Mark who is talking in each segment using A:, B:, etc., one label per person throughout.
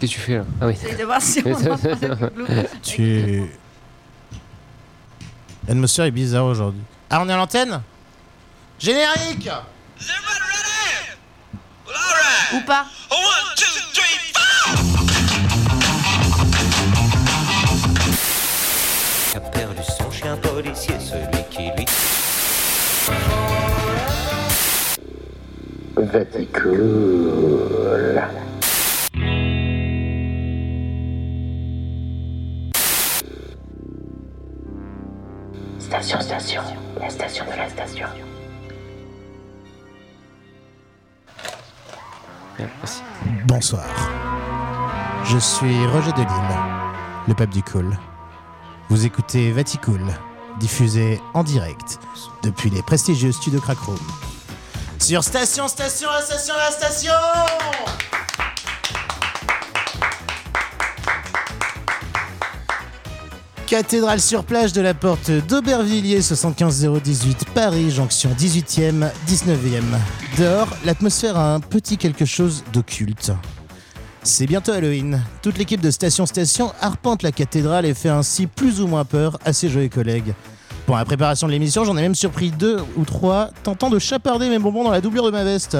A: que tu fais là Ah oui.
B: J'essaie de voir si on entend le glou.
C: Tu es. L'atmosphère est bizarre aujourd'hui. Ah, on est à l'antenne Générique
B: Ou pas.
D: a perdu son chien policier, celui qui lui
E: Station, station, la station de la station.
A: Bien, merci.
C: Bonsoir. Je suis Roger Delille, le pape du cool. Vous écoutez Vaticool, diffusé en direct depuis les prestigieux studios Crackroom. Sur Station, Station, la Station, la Station Cathédrale sur plage de la porte d'Aubervilliers, 75018 Paris, jonction 18e, 19e. Dehors, l'atmosphère a un petit quelque chose d'occulte. C'est bientôt Halloween. Toute l'équipe de Station Station arpente la cathédrale et fait ainsi plus ou moins peur à ses joyeux collègues. Pour la préparation de l'émission, j'en ai même surpris deux ou trois, tentant de chaparder mes bonbons dans la doublure de ma veste.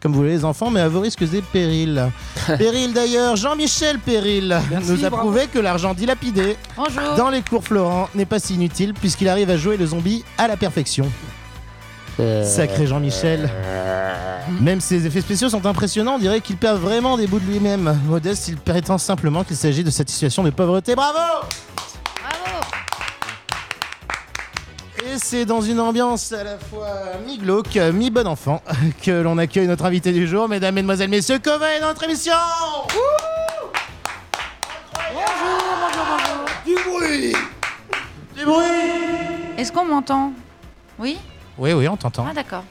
C: Comme vous voulez les enfants, mais à vos risques et périls. Péril d'ailleurs, Jean-Michel Péril
A: Merci,
C: nous a
A: bravo.
C: prouvé que l'argent dilapidé
B: Bonjour.
C: dans les cours Florent n'est pas si inutile puisqu'il arrive à jouer le zombie à la perfection. Sacré Jean-Michel. Même ses effets spéciaux sont impressionnants, on dirait qu'il perd vraiment des bouts de lui-même. Modeste, il prétend simplement qu'il s'agit de satisfaction de pauvreté. Bravo
B: Bravo.
C: Et c'est dans une ambiance à la fois mi-glauque, mi-bon enfant, que l'on accueille notre invité du jour, mesdames, mesdemoiselles, messieurs, comment est notre émission Du bruit
B: Est-ce qu'on m'entend Oui
C: Oui, oui, on t'entend.
B: Ah d'accord.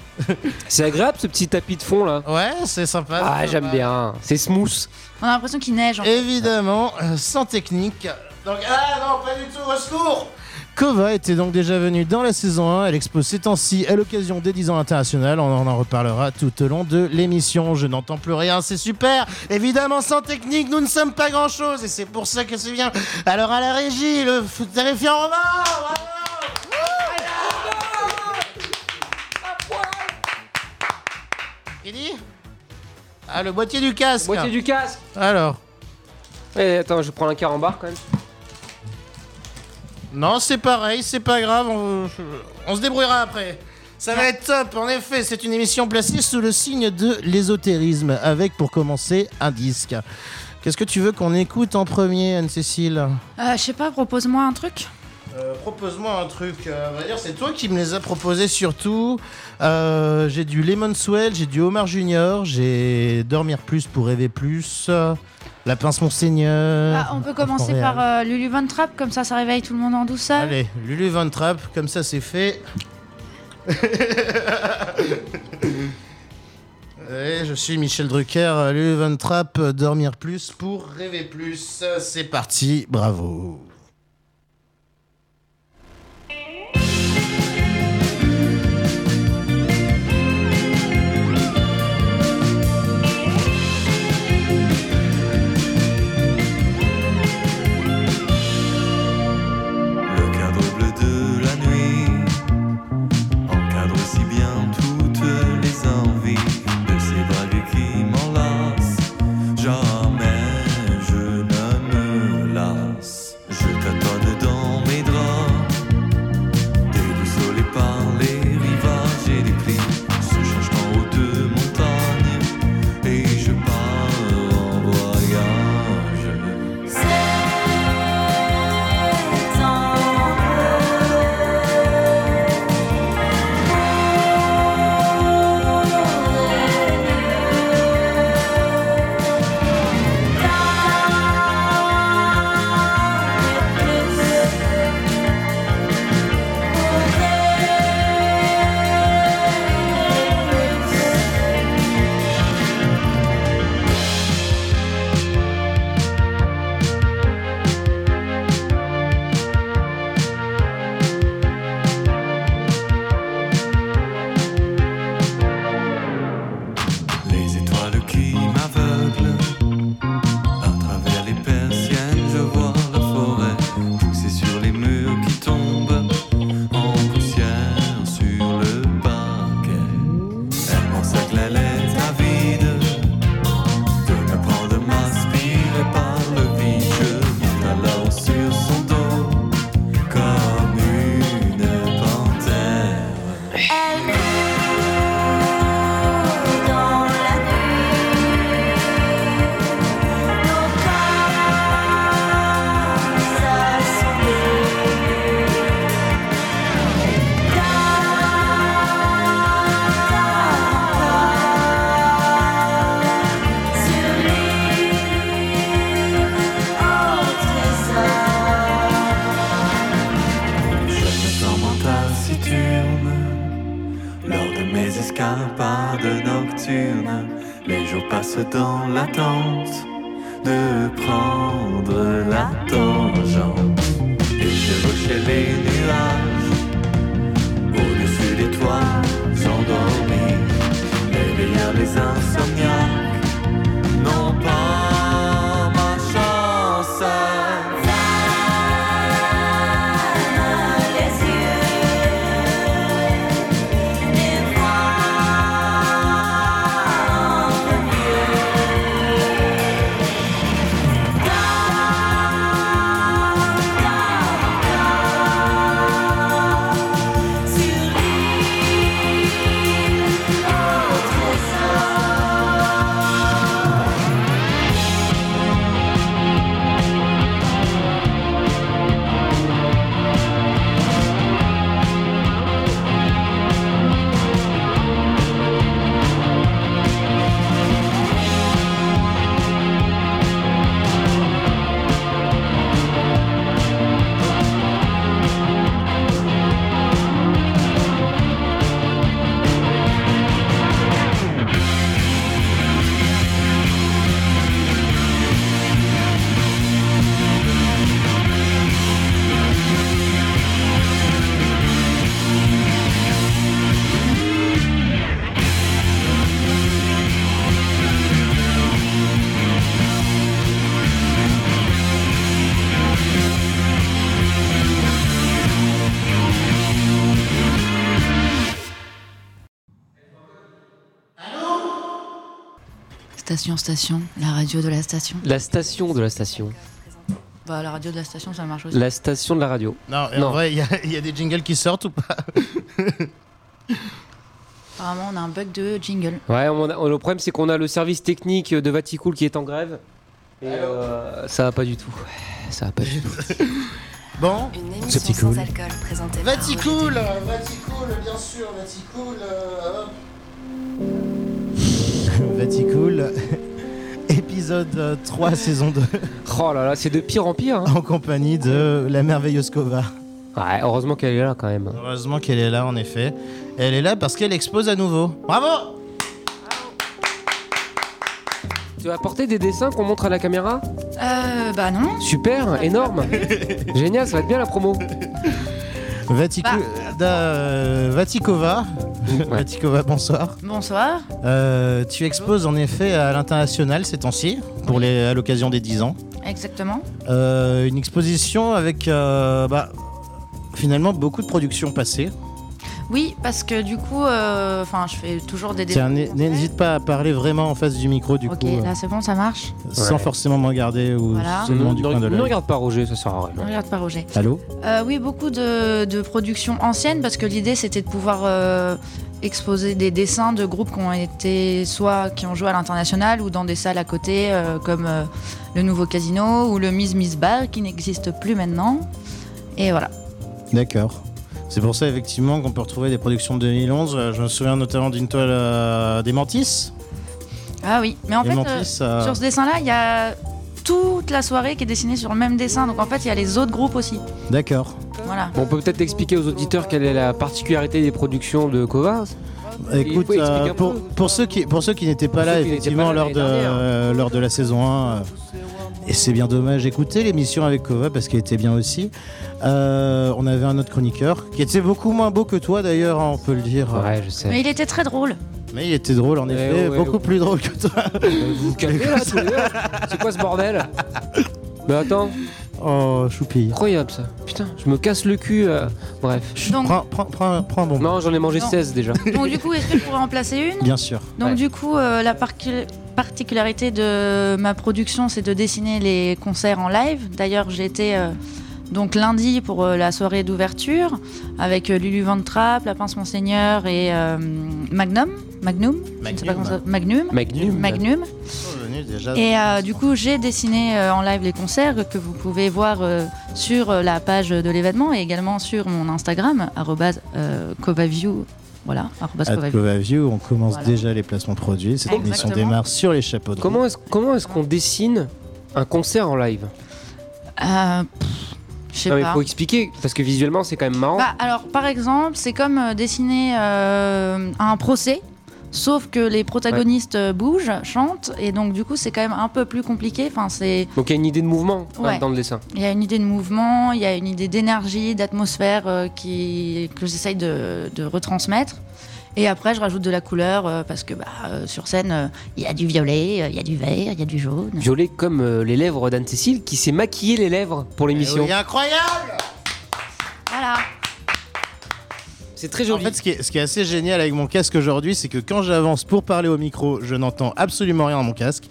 A: C'est agréable ce petit tapis de fond là.
C: Ouais, c'est sympa.
A: Ah,
C: c'est
A: j'aime
C: sympa.
A: bien. C'est smooth.
B: On a l'impression qu'il neige. En fait.
C: Évidemment, euh, sans technique. Donc, ah non, pas du tout, au secours Kova était donc déjà venue dans la saison 1. Elle expose ces temps-ci à l'occasion des 10 ans internationales. On en en reparlera tout au long de l'émission. Je n'entends plus rien, c'est super. Évidemment, sans technique, nous ne sommes pas grand-chose. Et c'est pour ça que c'est bien. Alors, à la régie, le f- terrifiant Romain bravo Qui dit Ah, le boîtier du casque.
A: Boîtier du casque.
C: Alors.
A: Eh, attends, je vais prendre un carambar quand même.
C: Non, c'est pareil, c'est pas grave, on, on se débrouillera après. Ça va être top, en effet, c'est une émission placée sous le signe de l'ésotérisme, avec pour commencer un disque. Qu'est-ce que tu veux qu'on écoute en premier, Anne-Cécile
B: Euh, je sais pas, propose-moi un truc.
C: Euh, Propose-moi un truc, euh, on va dire, c'est toi qui me les as proposés surtout. Euh, j'ai du Lemon Swell, j'ai du Omar Junior, j'ai Dormir plus pour rêver plus, euh, La Pince Monseigneur.
B: Ah, on peut commencer par euh, Lulu Von Trapp, comme ça ça réveille tout le monde en douceur.
C: Allez, Lulu Van Trapp, comme ça c'est fait. Et je suis Michel Drucker, euh, Lulu Van Trapp, euh, dormir plus pour rêver plus. Euh, C'est parti, bravo.
F: Le cadre bleu de la nuit encadre si bien toutes les envies de ces vagues qui m'enlacent. Jamais je ne me lasse. Je tâtonne dans mes draps, déboussolé par les rivages et les plis. Ce changement haut de montagne, et je pars en voyage. Les étoiles qui m'aveuglent à travers Les jours passent dans l'attente de prendre la tangente. Et chevaucher les nuages au-dessus des toits endormis. Éveillir les insomniaques non pas ma chance.
B: Station, station, la radio de la station.
A: La station de la station.
B: Bah, la radio de la station, ça marche aussi.
A: La station de la radio.
C: Non, et
A: Non.
C: en vrai, il y, a- il y a des jingles qui sortent ou pas
B: Apparemment, on a un bug de jingle.
A: Ouais, on a- on- le problème c'est qu'on a le service technique de Vaticool qui est en grève. Et euh, ça va pas du tout. Ça va pas du tout.
C: Bon.
G: Une
A: C'est
G: émission
A: petit cool.
G: sans alcool présentée par
C: Vaticool Vaticool, bien sûr, Vaticool euh, Vaticool, épisode euh, 3, saison 2,
A: Oh là là, c'est de pire en pire. hein.
C: en compagnie de la merveilleuse Kova.
A: Ouais, heureusement qu'elle est là quand même.
C: Heureusement qu'elle est là, en effet. Elle est là parce qu'elle expose à nouveau. Bravo
A: Tu as apporté des dessins qu'on montre à la caméra
B: Euh, bah non.
A: Super, énorme. Génial, ça va être bien la promo.
B: Bah.
C: Vaticool, euh, Vaticova. Vaticova, bonsoir.
B: Bonsoir.
C: Euh, tu exposes en effet à l'international ces temps-ci, pour les- à l'occasion des 10 ans.
B: Exactement.
C: Euh, une exposition avec euh, bah, finalement beaucoup de productions passées.
B: Oui, parce que du coup, euh, enfin, je fais toujours des dessins
C: Tiens, n'hé-
B: qu'on fait.
C: n'hésite pas à parler vraiment en face du micro du
B: Ok,
C: coup, euh,
B: là c'est bon, ça marche.
C: sans
A: Ouais.
C: forcément me regarder ou
G: Ah.
B: Voilà.
C: seulement
A: Ne-
C: du
A: ne-
C: coin de
A: ne
C: l'œil.
A: regarde pas Roger, ça sert à rien.
B: Regarde pas Roger.
C: Allô
B: Euh, oui, beaucoup de, de productions anciennes parce que l'idée c'était de pouvoir euh, exposer des dessins de groupes qui ont été soit qui ont joué à l'international ou dans des salles à côté euh, comme euh, le Nouveau Casino ou le Miss Miss Bar qui n'existe plus maintenant. Et voilà.
C: D'accord. C'est pour ça effectivement qu'on peut retrouver des productions de 2011. Euh, Je me souviens notamment d'une toile euh, des Mantis.
B: Ah oui, mais en
C: Les
B: fait, euh,
C: Mantis, euh,
B: sur ce dessin-là, il y a toute la soirée qui est dessinée sur le même dessin. Donc en fait, il y a les autres groupes aussi.
C: D'accord.
B: Voilà.
A: Bon, on peut peut-être expliquer aux auditeurs quelle est la particularité des productions de Covas.
C: Écoute,
A: faut expliquer
C: euh,
A: un
C: pour,
A: peu.
C: pour ceux qui pour ceux qui n'étaient pas
A: Pour
C: là
A: ceux qui n'étaient
C: effectivement
A: pas là
C: lors de
A: l'année dernière.
C: euh, lors de la saison 1 euh, et c'est bien dommage. Écoutez l'émission avec Kova parce qu'elle était bien aussi. Euh, on avait un autre chroniqueur qui était beaucoup moins beau que toi d'ailleurs, hein, on peut le dire.
A: Ouais, je sais.
B: Mais il était très drôle.
C: Mais il était drôle en
A: Eh
C: effet,
A: ouais,
C: beaucoup
A: ouais.
C: plus drôle que toi.
A: Euh, Vous vous calmez là tous les deux C'est quoi ce bordel Mais attends,
C: Oh choupille.
A: incroyable ça. Putain, je me casse le cul. euh, Bref.
B: Donc,
C: Prends, prends, prends, prends un bonbon.
A: Non, j'en ai mangé
B: Non.
A: 16 déjà.
B: donc du coup, est-ce que je pourrais en placer une
C: Bien sûr.
B: Donc
A: Ouais.
B: du coup, euh, la parcu- particularité de ma production, c'est de dessiner les concerts en live. D'ailleurs, j'étais euh, donc lundi pour euh, la soirée d'ouverture avec euh, Lulu Van Trapp, La Pince Monseigneur et euh, Magnum. Magnum, je ne sais pas
C: Magnum.
B: comment ça- Magnum.
A: Magnum.
B: Magnum. Et euh, du coup, j'ai dessiné euh, en live les concerts que vous pouvez voir euh, sur euh, la page de l'événement et également sur mon Instagram, arrobase, euh, covaview. Voilà, arrobase
C: À
B: covaview.
C: Covaview, on commence
B: Voilà.
C: déjà les placements de produits. Cette émission
B: Exactement.
C: démarre sur les chapeaux de roue.
A: Comment est-ce comment est-ce qu'on dessine un concert en live
B: Euh, pff, je sais
A: Non, mais
B: pas.
A: faut expliquer, parce que Oh. visuellement c'est quand même marrant.
B: Bah, alors, par exemple, c'est comme euh, dessiner euh, un procès. Sauf que les protagonistes euh, bougent, chantent, et donc du coup c'est quand même un peu plus compliqué. Enfin, c'est
A: Donc il y a une idée de mouvement hein,
B: Ouais.
A: dans le dessin.
B: il y a une idée de mouvement, il y a une idée d'énergie, d'atmosphère euh, qui que j'essaye de, de retransmettre. Et après je rajoute de la couleur euh, parce que bah, euh, sur scène euh, il y a du violet, euh, il y a du vert, il y a du jaune.
A: Violet comme euh, les lèvres d'Anne-Cécile qui s'est maquillée les lèvres pour l'émission.
C: Eh Oui, incroyable
B: Voilà.
A: C'est très
C: En
A: joli.
C: fait, ce qui, est, ce qui est assez génial avec mon casque aujourd'hui, c'est que quand j'avance pour parler au micro, je n'entends absolument rien à mon casque.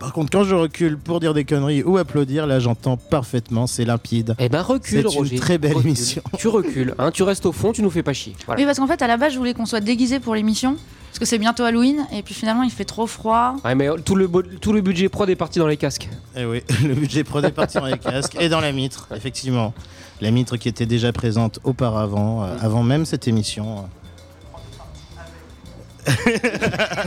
C: Par contre, quand je recule pour dire des conneries ou applaudir, là, j'entends parfaitement, c'est limpide.
A: Eh ben
C: C'est
A: recule
C: une
A: Roger.
C: très belle
A: Recule.
C: émission.
A: Tu recules, hein, tu restes au fond, tu nous fais pas chier. Voilà.
B: Oui parce qu'en fait à la base je voulais qu'on soit déguisé pour l'émission parce que c'est bientôt Halloween et puis finalement il fait trop froid.
A: Ouais, mais euh, tout le, bo- tout le budget prod est parti dans les casques.
C: Eh oui, le budget prod est parti dans les casques et dans la mitre, effectivement. La mitre qui était déjà présente auparavant, euh, avant même cette émission. Ah,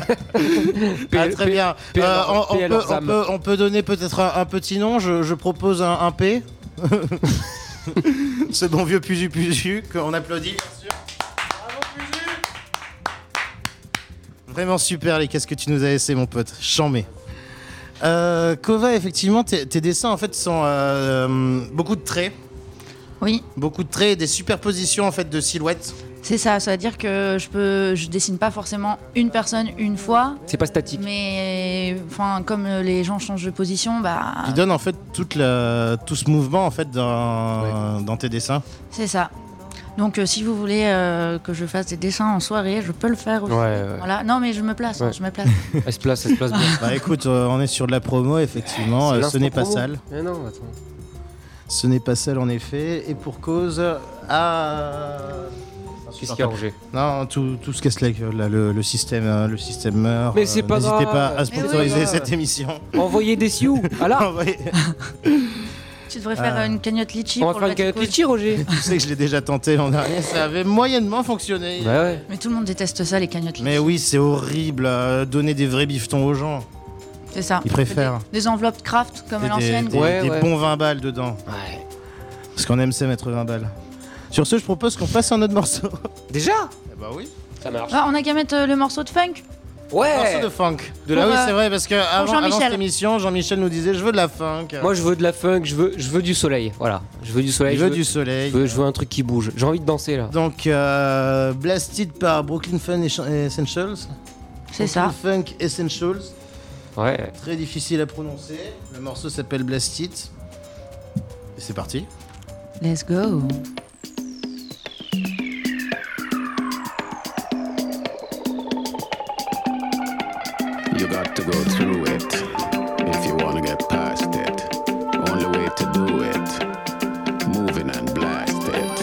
C: très
A: P-
C: bien.
A: P-
C: Euh,
A: P-
C: on, on
A: P-
C: peut,
A: P-
C: on peut- on peut donner peut-être un, un petit nom. Je, je propose un, un P. Ce bon vieux Puzu Puzu qu'on applaudit, bien sûr. Bravo, Puzu Vraiment super les casques que tu nous as laissés, mon pote. Chambé. Euh, Kova, effectivement, tes, tes dessins en fait sont euh, beaucoup de traits,
B: Oui.
C: beaucoup de traits, et des superpositions en fait de silhouettes.
B: C'est ça, ça veut dire que je peux, je dessine pas forcément une personne une fois,
A: C'est pas statique.
B: mais enfin comme euh, les gens changent de position, bah
C: Qui donnent en fait toute la- tout ce mouvement en fait dans, dans tes dessins.
B: c'est ça. Donc euh, si vous voulez euh, que je fasse des dessins en soirée, je peux le faire aussi.
A: Ouais, ouais.
B: Voilà. Non mais je me place, hein,
A: Ouais.
B: je me place.
A: Elle se place, elle se place bien.
C: Bah écoute, euh, on est sur de la promo, effectivement.
A: C'est
C: euh, ce
A: l'instant
C: n'est pas
A: promo.
C: sale.
A: Mais non, attends.
C: Ce n'est pas sale, en effet. Et pour cause. Ah.
A: Qu'est-ce qu'il y a Roger
C: Non, tout, tout se casse la gueule, là, le, le système, euh, le système meurt. Euh,
A: Mais c'est pas
C: N'hésitez
A: grave.
C: pas à
A: Mais
B: oui,
C: sponsoriser
A: voilà.
C: cette émission.
A: Envoyez des sioux. Ah là
C: Envoyez-
B: tu devrais faire
C: Euh,
B: euh, une cagnotte litchi
A: On va
B: pour
A: faire
B: le
A: une cagnotte
B: Vatican.
A: litchi Roger.
C: tu sais que je l'ai déjà tenté l'an dernier, ça avait moyennement fonctionné.
A: Bah ouais.
B: Mais tout le monde déteste ça, les cagnottes litchi.
C: Mais oui, c'est horrible, euh, donner des vrais bifetons aux gens.
B: C'est ça.
C: Ils préfèrent.
B: Des, des enveloppes craft comme à
C: Et des,
B: l'ancienne.
C: des-
B: quoi.
A: Ouais,
C: des
A: ouais.
C: bons 20 balles dedans. Parce qu'on aime c'est mettre 20 balles. Sur ce, je propose qu'on passe un autre morceau.
A: Déjà
C: bah oui.
A: Ça marche.
B: Ah, on a qu'à mettre euh, le morceau de funk.
A: Ouais
C: Morceau Ah, de funk.
B: Eh. Pour,
C: De là, oui,
B: euh,
C: c'est vrai, parce que avant, avant
B: Jean-Michel.
C: cette émission, Jean-Michel nous disait Je veux de la funk.
A: Moi je veux de la funk, je veux, je veux du soleil. Voilà. Je veux du soleil.
C: je veux du soleil.
A: je veux, je veux un truc qui bouge. J'ai envie de danser là.
C: Donc, euh, Blasted par Brooklyn Fun Essentials.
B: C'est ça.
C: Brooklyn Funk Essentials.
A: Ouais.
C: Très difficile à prononcer. Le morceau s'appelle Blasted. Et c'est parti.
B: Let's go.
H: You got to go through it if you want to get past it. Only way to do it, moving and blast it.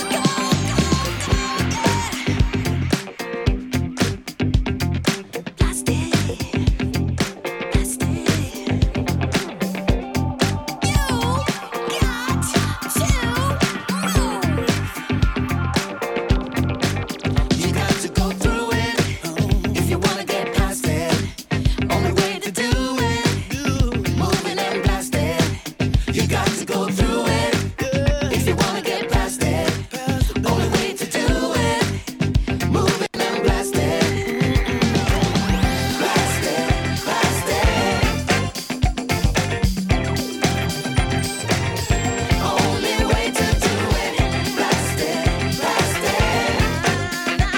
I: You got to go through it if you wanna get past it. Only way to do it, moving and blasted. You got to go through it if you wanna get past it. Only way to do it, moving and blasted. Blasted, blasted. Only way to do it, blasted, blasted.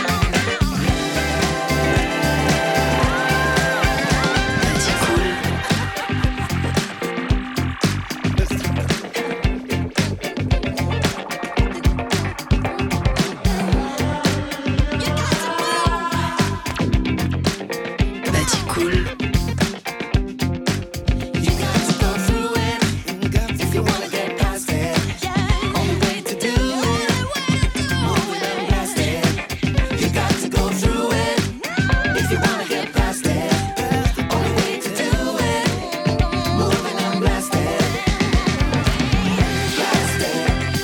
I: You got to go through it if you wanna get past it. Only way to do it, moving and blasted. You got to go through it if you wanna get past it. Only way to do it, moving and blasted. Blasted,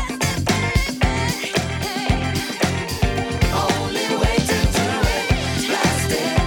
I: blasted. Only way to do it, blasted.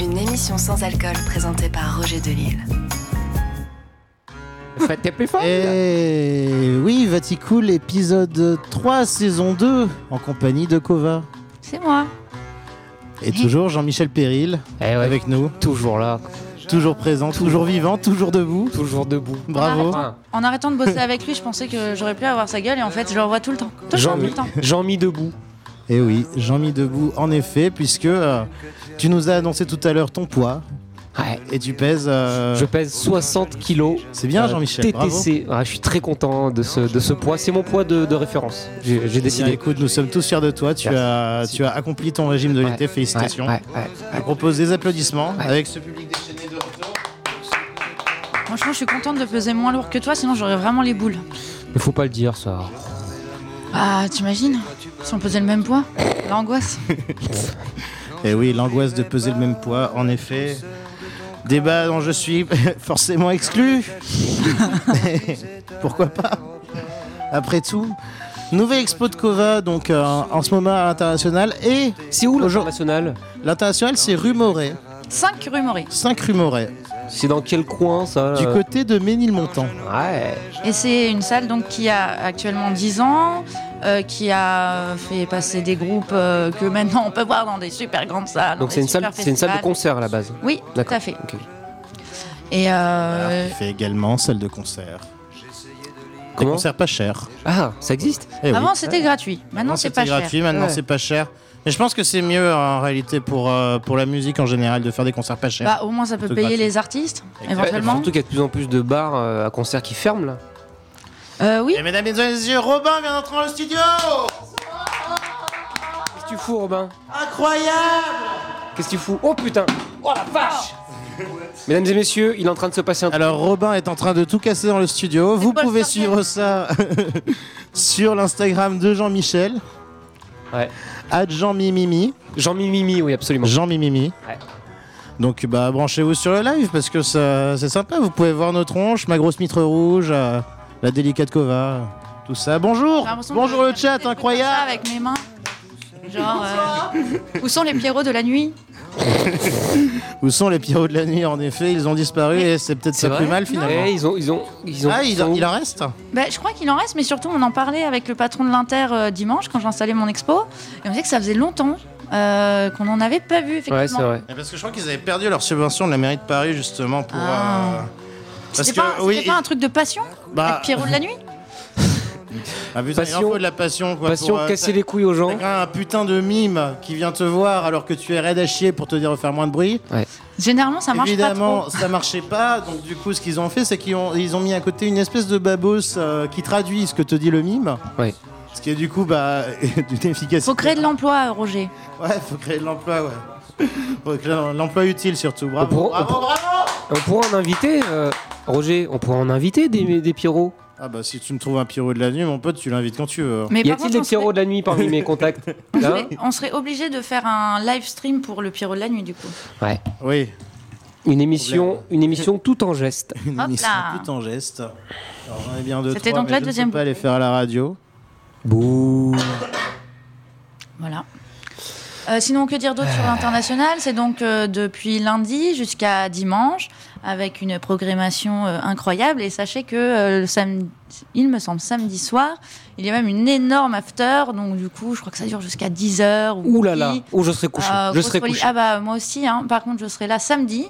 J: émission sans alcool présentée par Roger Delille.
A: Faites plus fort.
C: Et oui, Vaticool, épisode 3, saison 2, en compagnie de Kova.
B: C'est moi.
C: Et toujours Jean-Michel Péril,
A: Eh ouais,
B: Ah
C: avec nous,
A: toujours là,
C: toujours présent, toujours vivant, toujours debout.
A: toujours debout.
C: Bravo.
A: Enfin,
B: En arrêtant de bosser avec lui, je pensais que j'aurais pu avoir sa gueule et en fait, je le revois tout le temps. Tout le temps, tout
A: Jean-Mi
B: le temps.
A: Jean-Mi debout.
C: Et Eh oui, Jean-Mi debout, en effet, puisque euh, tu nous as annoncé tout à l'heure ton poids
A: Ouais.
C: et tu pèses. euh,
A: Je pèse 60 kilos.
C: C'est bien,
A: euh,
C: Jean-Michel. Bravo.
A: TTC. Ah, je suis très content de ce, de ce poids. C'est mon poids de, de référence. J'ai j'ai
C: Eh Bien,
A: décidé.
C: écoute, nous sommes tous fiers de toi. Tu
A: Merci.
C: as, tu as accompli ton régime de
A: Ouais,
C: l'été. Félicitations.
A: Ouais, ouais, ouais.
C: Je propose des applaudissements
A: Ouais.
C: avec ce public déchaîné de retour.
B: Franchement, je suis contente de peser moins lourd que toi, sinon j'aurais vraiment les boules.
A: Mais faut pas le dire, ça.
B: Ah, t'imagines Si on pesait le même poids L'angoisse.
C: Et Eh oui, l'angoisse de peser le même poids, en effet. Débat dont je suis forcément exclu. Pourquoi pas Après tout, nouvelle expo de Cova, donc euh, en ce moment à l'international. Et
A: C'est où l'international
C: l'international, c'est rue Moret,
B: 5 rue Maury.
C: 5 rue Moret,
A: C'est dans quel coin, ça
C: du
A: euh
C: côté de Ménilmontant.
A: Ouais.
B: Et c'est une salle donc qui a actuellement 10 ans, euh, qui a fait passer des groupes euh, que maintenant on peut voir dans des super grandes salles. dans
A: Donc
B: des
A: c'est une, salle-
B: super
A: c'est une salle de
B: festivals.
A: concert à la base.
B: Oui, tout
A: D'accord.
B: à fait.
A: Ok.
B: Et euh,
C: Il fait également salle de concert. Des
A: Comment
C: concerts pas chers.
A: Ah, ça existe
C: Eh oui.
B: avant c'était gratuit, maintenant
C: Avant,
B: c'est
C: c'était
B: pas cher.
C: gratuit, maintenant
A: Ouais.
C: c'est pas cher. Mais je pense que c'est mieux hein, en réalité pour, euh, pour la musique en général de faire des concerts pas chers.
B: Bah, au moins ça peut
C: Surtout
B: payer
C: gratuit.
B: les artistes,
C: Exactement.
B: éventuellement.
A: Surtout qu'il y a de plus en plus de bars euh, à concert qui ferment là.
B: Euh, oui,
C: Et Eh, mesdames et messieurs, Robin vient d'entrer dans le studio
A: Qu'est-ce que tu fous, Robin
C: Incroyable
A: Qu'est-ce que tu fous Oh putain Oh la vache
B: Oh.
A: Mesdames et messieurs, il est en train de se passer un truc.
C: Alors Robin est en train de tout casser dans le studio. Vous
B: Paul
C: pouvez
B: Sartre.
C: suivre ça sur l'Instagram de Jean-Michel,
A: Ouais.
C: at Jean-Mimimi.
A: Jean-Mimimi, oui, absolument.
C: Jean-Mimimi.
A: Ouais.
C: Donc bah branchez-vous sur le live parce que ça- c'est sympa. Vous pouvez voir nos tronches, ma grosse mitre rouge, euh, la délicate Kova, euh, tout ça. Bonjour
B: j'ai l'impression Bah, que
C: Bonjour
B: je
C: le
B: vais faire
C: chat,
B: des trucs
C: incroyable
B: comme ça Avec mes mains. Genre, euh, où sont les pierrots de la nuit
C: Où sont les pyros de la nuit En effet, ils ont disparu et c'est peut-être
A: C'est
C: ça plus
A: vrai
C: mal finalement.
A: Eh, ils ont. Ils ont, ils ont
C: Ah,
A: ils
C: il,
A: sont où
C: il en reste
B: Bah, je crois qu'il en reste, mais surtout on en parlait avec le patron de l'Inter euh, dimanche quand j'installais mon expo. Et on disait que ça faisait longtemps euh, qu'on n'en avait pas vu,
A: Ouais, c'est
B: effectivement.
A: vrai.
C: Mais Parce que je crois qu'ils avaient perdu leur subvention de la mairie de Paris justement pour.
B: Ah.
C: euh, Parce
B: C'était
C: que
B: pas, c'était
C: oui,
B: pas un truc de passion
C: bah,
B: avec Pierrot de la nuit
C: ah, putain, il en
A: Passion-
C: faut de la passion quoi.
A: Passion,
C: pour, euh,
A: casser les couilles aux gens.
C: t'as Un putain de mime qui vient te voir alors que tu es raide à chier pour te dire de faire moins de bruit.
B: Généralement ça marche
C: Évidemment,
B: pas trop.
C: ça marchait pas. Donc du coup, ce qu'ils ont fait, c'est qu'ils ont, ils ont mis à côté une espèce de babos euh, qui traduit ce que te dit le mime.
A: Oui.
C: Ce qui est du coup bah d'une efficacité.
B: Faut créer de l'emploi, euh, Roger.
C: Ouais, faut créer de l'emploi, ouais. Faut créer de l'emploi utile surtout. Bravo,
A: On pourra- on
C: bravo, bravo
A: On pourrait en inviter, euh, Roger, on pourrait en inviter des, des Pierrots.
C: Ah bah si tu me trouves un pyro de la nuit, mon pote, tu l'invites quand tu veux. hein.
B: Mais
A: Y
B: par
A: a-t-il
B: contre,
A: des
B: on serait-
A: Pierrots de la nuit parmi mes contacts Hein
B: on serait obligé de faire un live stream pour le Pierrot de la nuit du coup.
A: Ouais.
C: Oui.
A: Une émission, une émission tout en geste.
C: Une
B: Hop
C: émission
B: là.
C: tout en geste. Alors j'en ai bien deux,
B: C'était
C: trois,
B: donc
C: mais
B: la
C: je
B: deuxième
C: ne peux pas les faire à la radio.
A: Bouh.
B: Voilà. Euh, sinon, que dire d'autre sur l'international C'est donc euh, depuis lundi jusqu'à dimanche, avec une programmation euh, incroyable. Et sachez que euh, le samedi, il me semble samedi soir, il y a même une énorme after. Donc du coup, je crois que ça dure jusqu'à 10 heures. ou
A: Ouh là là,
B: midi.
A: oh je serais couché,
B: Euh,
A: je
B: grosse
A: serais
B: folie.
A: couché.
B: Ah bah moi aussi. hein. Par contre, je serai là samedi.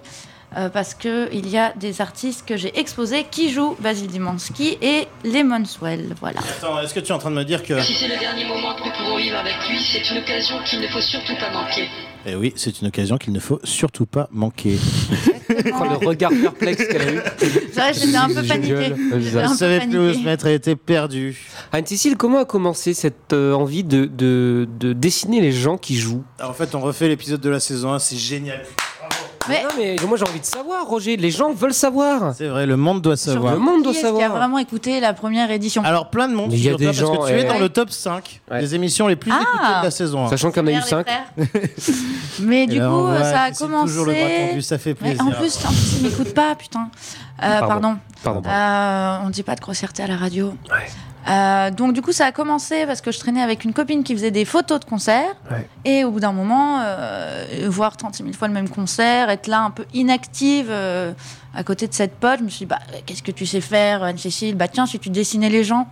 B: euh, parce que il y a des artistes que j'ai exposés qui jouent Basile Dimansky et les Monswell, voilà.
C: Attends, est-ce que tu es en train de me dire que...
K: Si c'est le dernier moment que nous pouvons vivre avec lui, c'est une occasion qu'il ne faut surtout pas manquer.
C: Eh oui, c'est une occasion qu'il ne faut surtout pas manquer.
A: Oh, le regard perplexe qu'elle a eu.
B: C'est vrai, j'étais un peu
A: Génial.
B: paniquée. J'étais
A: Je
B: un
C: Je
B: peu
C: savais plus où
B: paniquée.
C: se mettre, elle était perdue.
A: Anne-Cécile, comment a commencé cette euh, envie de, de, de dessiner les gens qui jouent
C: Ah, en fait, on refait l'épisode de la saison 1, c'est génial.
B: Mais-
A: Ah Non mais moi j'ai envie de savoir Roger, les gens veulent savoir.
C: C'est vrai, le monde doit
A: Le
C: savoir. Ah,
A: monde doit
B: Qui est-ce qui a
A: savoir.
B: vraiment écouté la première édition
C: Alors plein de monde,
A: Mais il y a
C: figure-toi,
A: des
C: parce
A: gens,
C: que tu es
A: eh.
C: dans le top 5
A: Ouais.
C: des émissions les plus
B: Ah.
C: écoutées de la saison 1.
A: Sachant qu'on a eu
B: Frères,
A: 5.
B: les frères. Mais du
C: Et là,
B: coup,
C: on voit
B: ça a
C: que c'est Toujours le bras tendu,
B: commencé.
C: ça fait
B: Ouais,
C: plaisir. Ah,
B: en plus, en plus, il m'écoute pas, putain. Euh,
A: Pardon.
B: pardon.
A: Pardon.
B: Euh, on dit pas de grossièreté à la radio. Euh, donc du coup ça a commencé parce que je traînais avec une copine qui faisait des photos de concerts
A: Ouais.
B: et au bout d'un moment euh, voir 36 000 fois le même concert, être là un peu inactive euh, à côté de cette pote, je me suis dit bah qu'est-ce que tu sais faire Anne-Cécile Bah tiens si tu dessinais les gens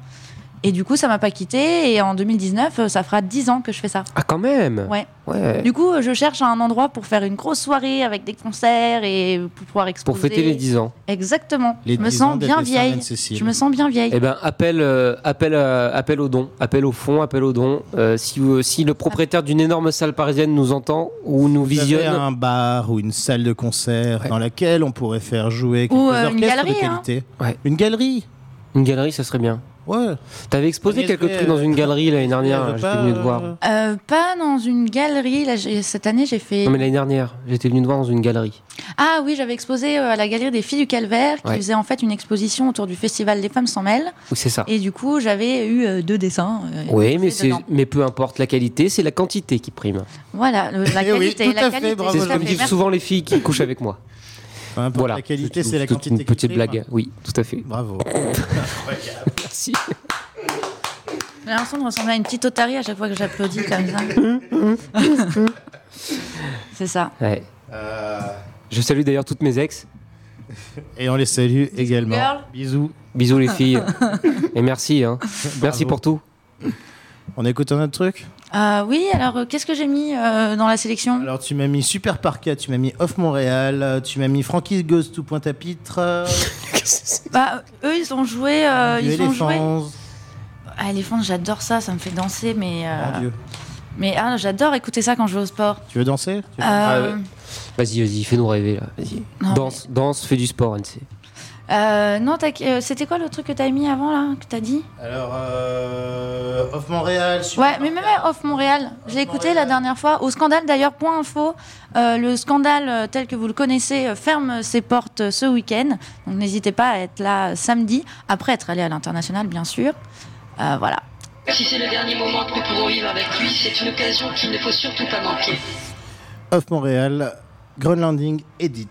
B: et du coup ça m'a pas quitté et en 2019 euh, ça fera 10 ans que je fais ça.
A: Ah, quand même
B: Ouais.
A: Ouais.
B: Du coup euh, je cherche un endroit pour faire une grosse soirée avec des concerts et pour pouvoir exposer.
A: Pour fêter les 10 ans.
B: Exactement.
C: Les
B: je me
C: 10 ans
B: sens
C: de
B: bien
C: Dessin
B: vieille.
C: Reine-Cécile.
B: Je me sens bien vieille.
A: Eh ben, appel, euh, appel, euh, appel au don, appel au fond, appel au don. Euh, si, vous- si le propriétaire d'une énorme salle parisienne nous entend ou nous
C: Vous avez
A: visionne,
C: un bar ou une salle de concert
A: Ouais.
C: dans laquelle on pourrait faire jouer quelques
B: Ou, euh,
C: orchestres
B: une
C: de
B: galerie, hein.
C: qualité.
A: Ouais.
C: Une galerie
A: une galerie, ça serait bien.
C: Ouais.
A: T'avais exposé
C: Agnès
A: quelques
C: Bey,
A: trucs dans une galerie l'année
C: Elle veut
A: dernière, j'étais
C: pas,
A: venu te
C: euh,
A: voir.
B: Euh, pas dans une galerie. Là, j'ai- cette année, j'ai fait.
A: Non, mais l'année dernière, j'étais venu te voir dans une galerie.
B: Ah oui, j'avais exposé euh, à la galerie des Filles du Calvaire, qui
A: Ouais.
B: faisait en fait une exposition autour du festival Les Femmes sans mêlent.
A: Oui, c'est ça.
B: Et du coup, j'avais eu euh, deux dessins. euh,
A: Oui, mais, c'est,
B: dedans.
A: mais peu importe la qualité, c'est la quantité qui prime.
B: Voilà, le- la
C: Eh oui,
B: qualité.
C: tout
B: la
C: à fait,
B: qualité,
C: bravo,
A: C'est
B: tout
A: ce
B: à
A: que
C: Jean-Pierre.
A: me
B: fait.
A: disent
B: Merci.
A: souvent les filles qui couchent avec moi.
C: Peu importe,
A: Voilà.
C: La qualité,
A: Toute-
C: c'est la
A: toute
C: quantité.
A: Une
C: qui
A: petite
C: prime.
A: blague, oui, tout à fait.
C: Bravo.
A: Merci.
B: J'ai l'impression de ressembler à une petite otarie à chaque fois que j'applaudis comme ça.
A: Hum,
B: c'est ça.
A: Ouais. Je salue d'ailleurs toutes mes ex.
C: Euh, Et on les salue également.
B: Girl.
C: Bisous.
A: Bisous les filles. Et merci. hein. Merci
C: Bravo.
A: pour tout.
C: On écoute un autre truc
B: Euh, oui, alors euh, qu'est-ce que j'ai mis euh, dans la sélection
C: Alors, tu m'as mis Super Parka, tu m'as mis Off Montréal, euh, tu m'as mis Frankie Goes to Pointe-à-Pitre, euh,
B: bah, Eux, ils ont joué. euh,
C: du
B: ils ont joué.
C: Elephants.
B: Ah, Elephant, j'adore ça, ça me fait danser, mais. euh,
C: Mon Dieu.
B: Mais ah, j'adore écouter ça quand je vais au sport.
C: Tu veux danser Tu veux-
B: Euh,
A: Vas-y, vas-y, fais-nous rêver là. Vas-y.
B: Non,
A: Danse, danse, fais du sport, NC.
C: Ah,
B: euh, non, t'as- euh, c'était quoi le truc que t'as mis avant là Que t'as dit
C: Alors, euh, Off Montréal, Super
B: Ouais, mais même à Off Montréal. Je l'ai écouté la
C: Montréal.
B: dernière fois. Au scandale d'ailleurs, point info. euh, le scandale euh, tel que vous le connaissez euh, ferme ses portes euh, ce week-end. Donc n'hésitez pas à être là euh, samedi, après être allé à l'international bien sûr. Euh, voilà.
K: Si c'est le dernier moment que nous pourrons vivre avec lui, c'est une occasion qu'il ne faut surtout pas manquer.
C: Off Montréal, Ground Landing, Edit.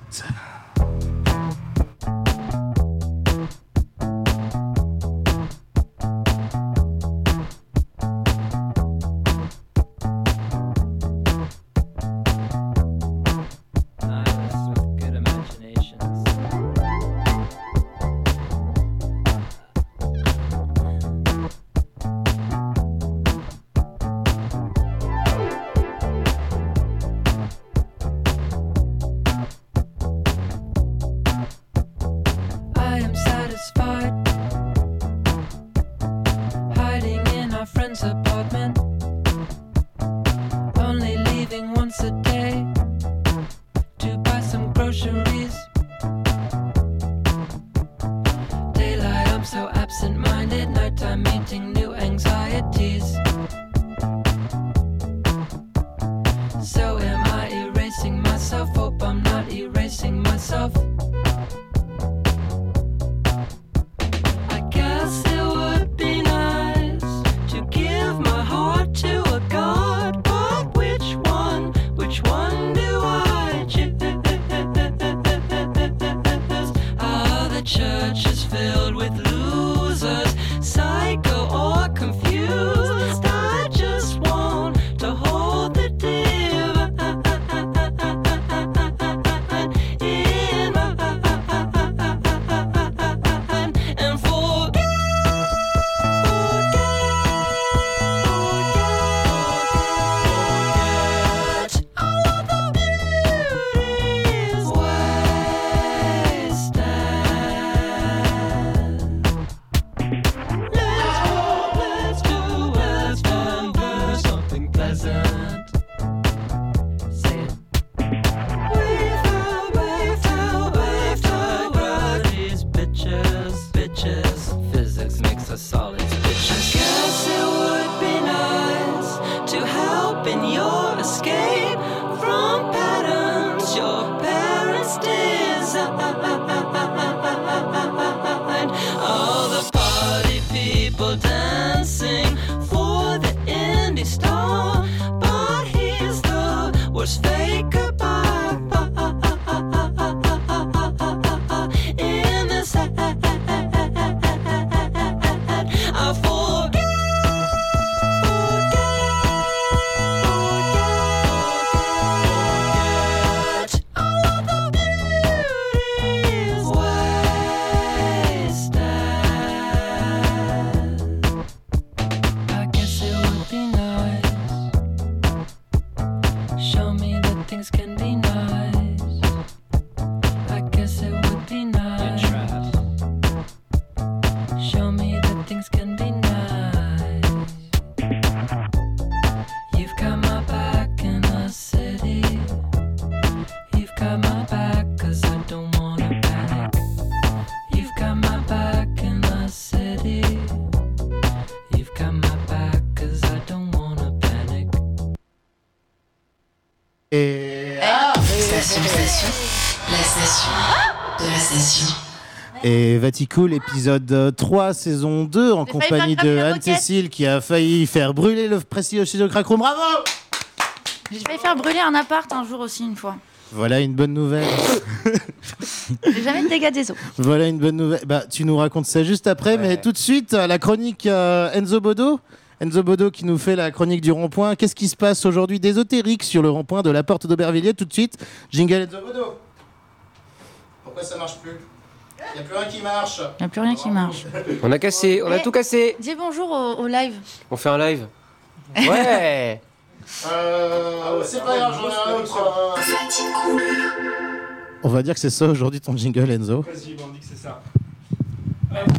L: I am satisfied. Hiding in our friend's apartment. Only leaving once a day to buy some groceries. Daylight, I'm so absent minded. Nighttime meeting new anxieties. So am I erasing myself? Hope I'm not erasing myself. I guess it would be nice to give my heart to a god, but which one, which one do I choose? Ah, the church is filled with losers, psycho or confused. I just want to hold the divine in mine and forget. Pleasant. Say it. Physics makes us solid bitches. I guess it would be nice to help in your escape from patterns your parents designed. All the party people dancing for the indie star, but he's the worst fake goodbye. In this I fall things can be nice. I guess it would be nice. Show me that things can be nice. You've got my back in the city. You've got my back, cause I don't wanna panic. You've got my back in the city. You've got my back, cause I don't wanna panic.
C: Et.
B: Eh,
J: Station, station. La station de la station.
C: Et Vaticool, épisode 3, saison 2, en
B: failli
C: compagnie
B: faire cramer
C: de
B: la
C: Anne-Cécile, qui a failli faire brûler le prestige chez le Crackroom. Bravo
B: Je vais faire brûler un appart un jour aussi, une fois.
C: Voilà une bonne nouvelle.
B: J'ai jamais de dégâts des eaux.
C: voilà une bonne nouvelle. Bah, tu nous racontes ça juste après, mais tout de suite, euh, la chronique euh, Enzo Bodo. Enzo Bodo qui nous fait la chronique du rond-point. Qu'est-ce qui se passe aujourd'hui d'ésotérique sur le rond-point de la porte d'Aubervilliers Tout de suite, jingle Enzo Bodo. Pourquoi ça marche plus Il n'y a plus rien qui marche.
B: Il n'y a plus rien qui marche.
A: On a cassé, on a
B: Eh,
A: tout cassé.
B: Dis bonjour au, au live.
A: On fait un live. Ouais.
C: Euh,
M: Ah
C: c'est pas grave, j'en ai un autre. On va dire que c'est ça aujourd'hui ton jingle, Enzo.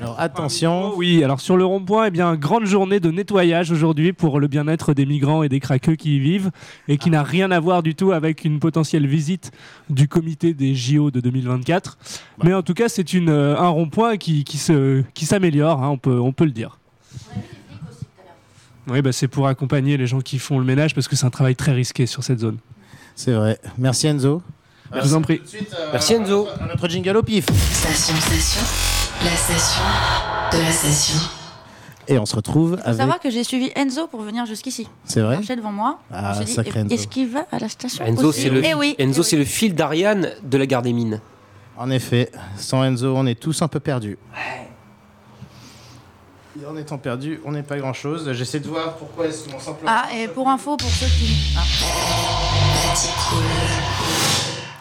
C: Alors attention.
M: Oui, alors sur le rond-point, eh bien, grande journée de nettoyage aujourd'hui pour le bien-être des migrants et des craqueux qui y vivent et qui n'a rien à voir du tout avec une potentielle visite du comité des JO de 2024. Mais en tout cas, c'est une, euh, un rond-point qui, qui se- qui s'améliore, hein, on, peut, on peut le dire. Oui, bah, c'est pour accompagner les gens qui font le ménage parce que c'est un travail très risqué sur cette zone.
C: C'est vrai. Merci Enzo. Euh,
M: Je vous en prie.
A: Merci Enzo.
C: Notre jingle au pif.
J: Station, station. La station de la station.
C: Et on se retrouve
B: Faut
C: avec.
B: savoir que j'ai suivi Enzo pour venir jusqu'ici.
C: C'est vrai
B: Il marchait devant moi.
C: Ah,
B: je me suis dit,
C: sacré
B: eh,
C: Enzo.
B: Est-ce qu'il va à la station
A: Enzo,
B: aussi
A: c'est le,
B: Eh oui.
A: Enzo, c'est le fil d'Ariane de la gare des mines.
C: En effet, sans Enzo, on est tous un peu perdus. Et en étant perdus, on n'est pas grand chose. J'essaie de voir pourquoi est-ce qu'on simplement.
B: Ah, et pour info, pour ceux qui. Ah.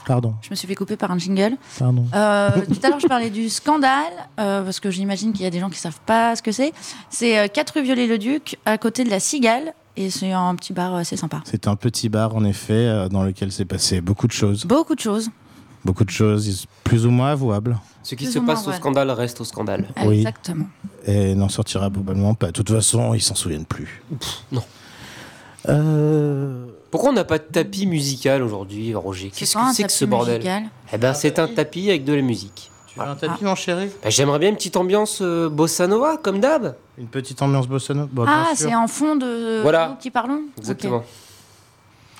C: Pardon.
B: Je me suis fait couper par un jingle.
C: Pardon.
B: Euh, tout à l'heure, je parlais du scandale, euh, parce que j'imagine qu'il y a des gens qui savent pas ce que c'est. C'est euh, 4 rue Viollet-le-Duc, à côté de la Cigale, et c'est un petit bar euh, assez sympa.
C: C'est un petit bar, en effet, euh, dans lequel s'est passé beaucoup de choses.
B: Beaucoup de choses.
C: Beaucoup de choses plus ou moins avouables.
A: Ce qui
B: Plus
A: se
B: ou moins,
A: passe au
B: ouais.
A: scandale reste au scandale.
C: Oui.
B: Exactement.
C: Et n'en sortira probablement pas. De toute façon, ils s'en souviennent plus. Euh,
A: non. Pourquoi on n'a pas de tapis musical aujourd'hui, Roger Qu'est-ce
B: quoi
A: que
B: un
A: c'est que ce
B: tapis
A: bordel
B: musical
A: Eh ben, c'est un tapis avec de la musique. Voilà.
C: mon chéri
A: Ben, J'aimerais bien une petite ambiance euh, bossa nova, comme d'hab.
C: Une petite ambiance Bah, bossa nova
B: ah, c'est en fond de
A: Voilà.
B: nous qui parlons
A: Exactement.
C: Bah,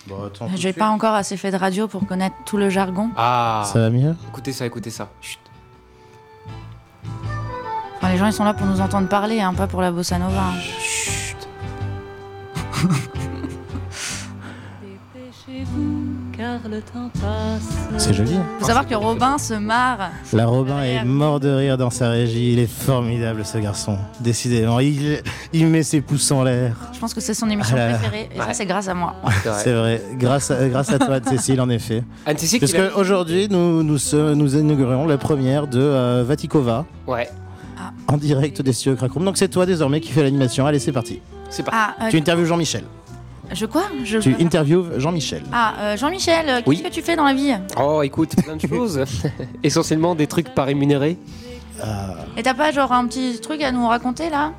B: Ok. Je n'ai pas encore assez fait de radio pour connaître tout le jargon.
A: Ah.
C: Ça va mieux
A: Écoutez ça, écoutez ça. Chut.
B: Enfin, les gens, ils sont là pour nous entendre parler, hein, pas pour la bossa nova. hein.
L: Chez vous, car le temps passe.
C: C'est joli, hein.
B: Faut savoir que Robin se marre.
C: La Robin est mort de rire dans sa régie. Il est formidable, ce garçon. Décidément, il, il met ses pouces en l'air.
B: Je pense que c'est son émission
C: Ah là là.
B: préférée, et ça,
C: Ouais.
B: c'est grâce à moi.
C: C'est vrai. Grâce à, grâce à toi, Anne-Cécile, en effet.
A: Anne-Cécile
C: Parce
A: qui l'a-
C: qu'aujourd'hui, nous, nous, se- nous inaugurons la première de euh, Vatikova.
A: Ouais.
C: En direct des studios Crackroom. Donc c'est toi désormais qui fais l'animation. Allez, c'est parti.
A: C'est
B: parti. Ah, euh,
C: tu interviews Jean-Michel.
B: Je quoi Je-
C: Tu interviews Jean-Michel.
B: Ah, euh, Jean-Michel, euh, qu'est-ce
A: Oui.
B: que tu fais dans la vie
C: Ah.
A: Oh, écoute, plein de choses. Essentiellement des trucs pas rémunérés.
B: Et t'as pas genre un petit truc à nous raconter là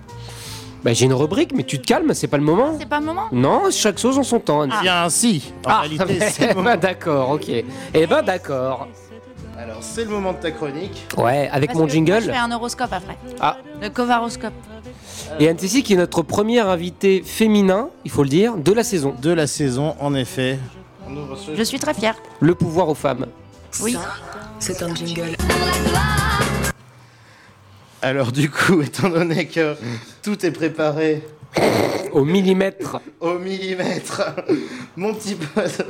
A: Bah, j'ai une rubrique, mais tu te calmes, c'est pas le moment.
B: C'est pas le moment
A: Non, chaque chose en son temps. Anne.
B: Ah. Bien,
C: si. En réalité,
A: ben,
C: c'est le moment.
A: d'accord, ok. Eh ben, d'accord.
C: Alors c'est le moment de ta chronique.
A: Ouais, avec
B: Parce
A: mon
B: que
A: jingle.
B: Je fais un horoscope après.
A: Ah.
B: Le covaroscope.
A: Et Anne-Cécile qui est notre première invitée féminin, il faut le dire, de la saison.
C: De la saison, en effet.
B: Je suis très fière.
A: Le pouvoir aux femmes.
B: Oui.
J: C'est un jingle.
C: Alors du coup, étant donné que tout est préparé
A: au millimètre,
C: au millimètre, mon petit pote.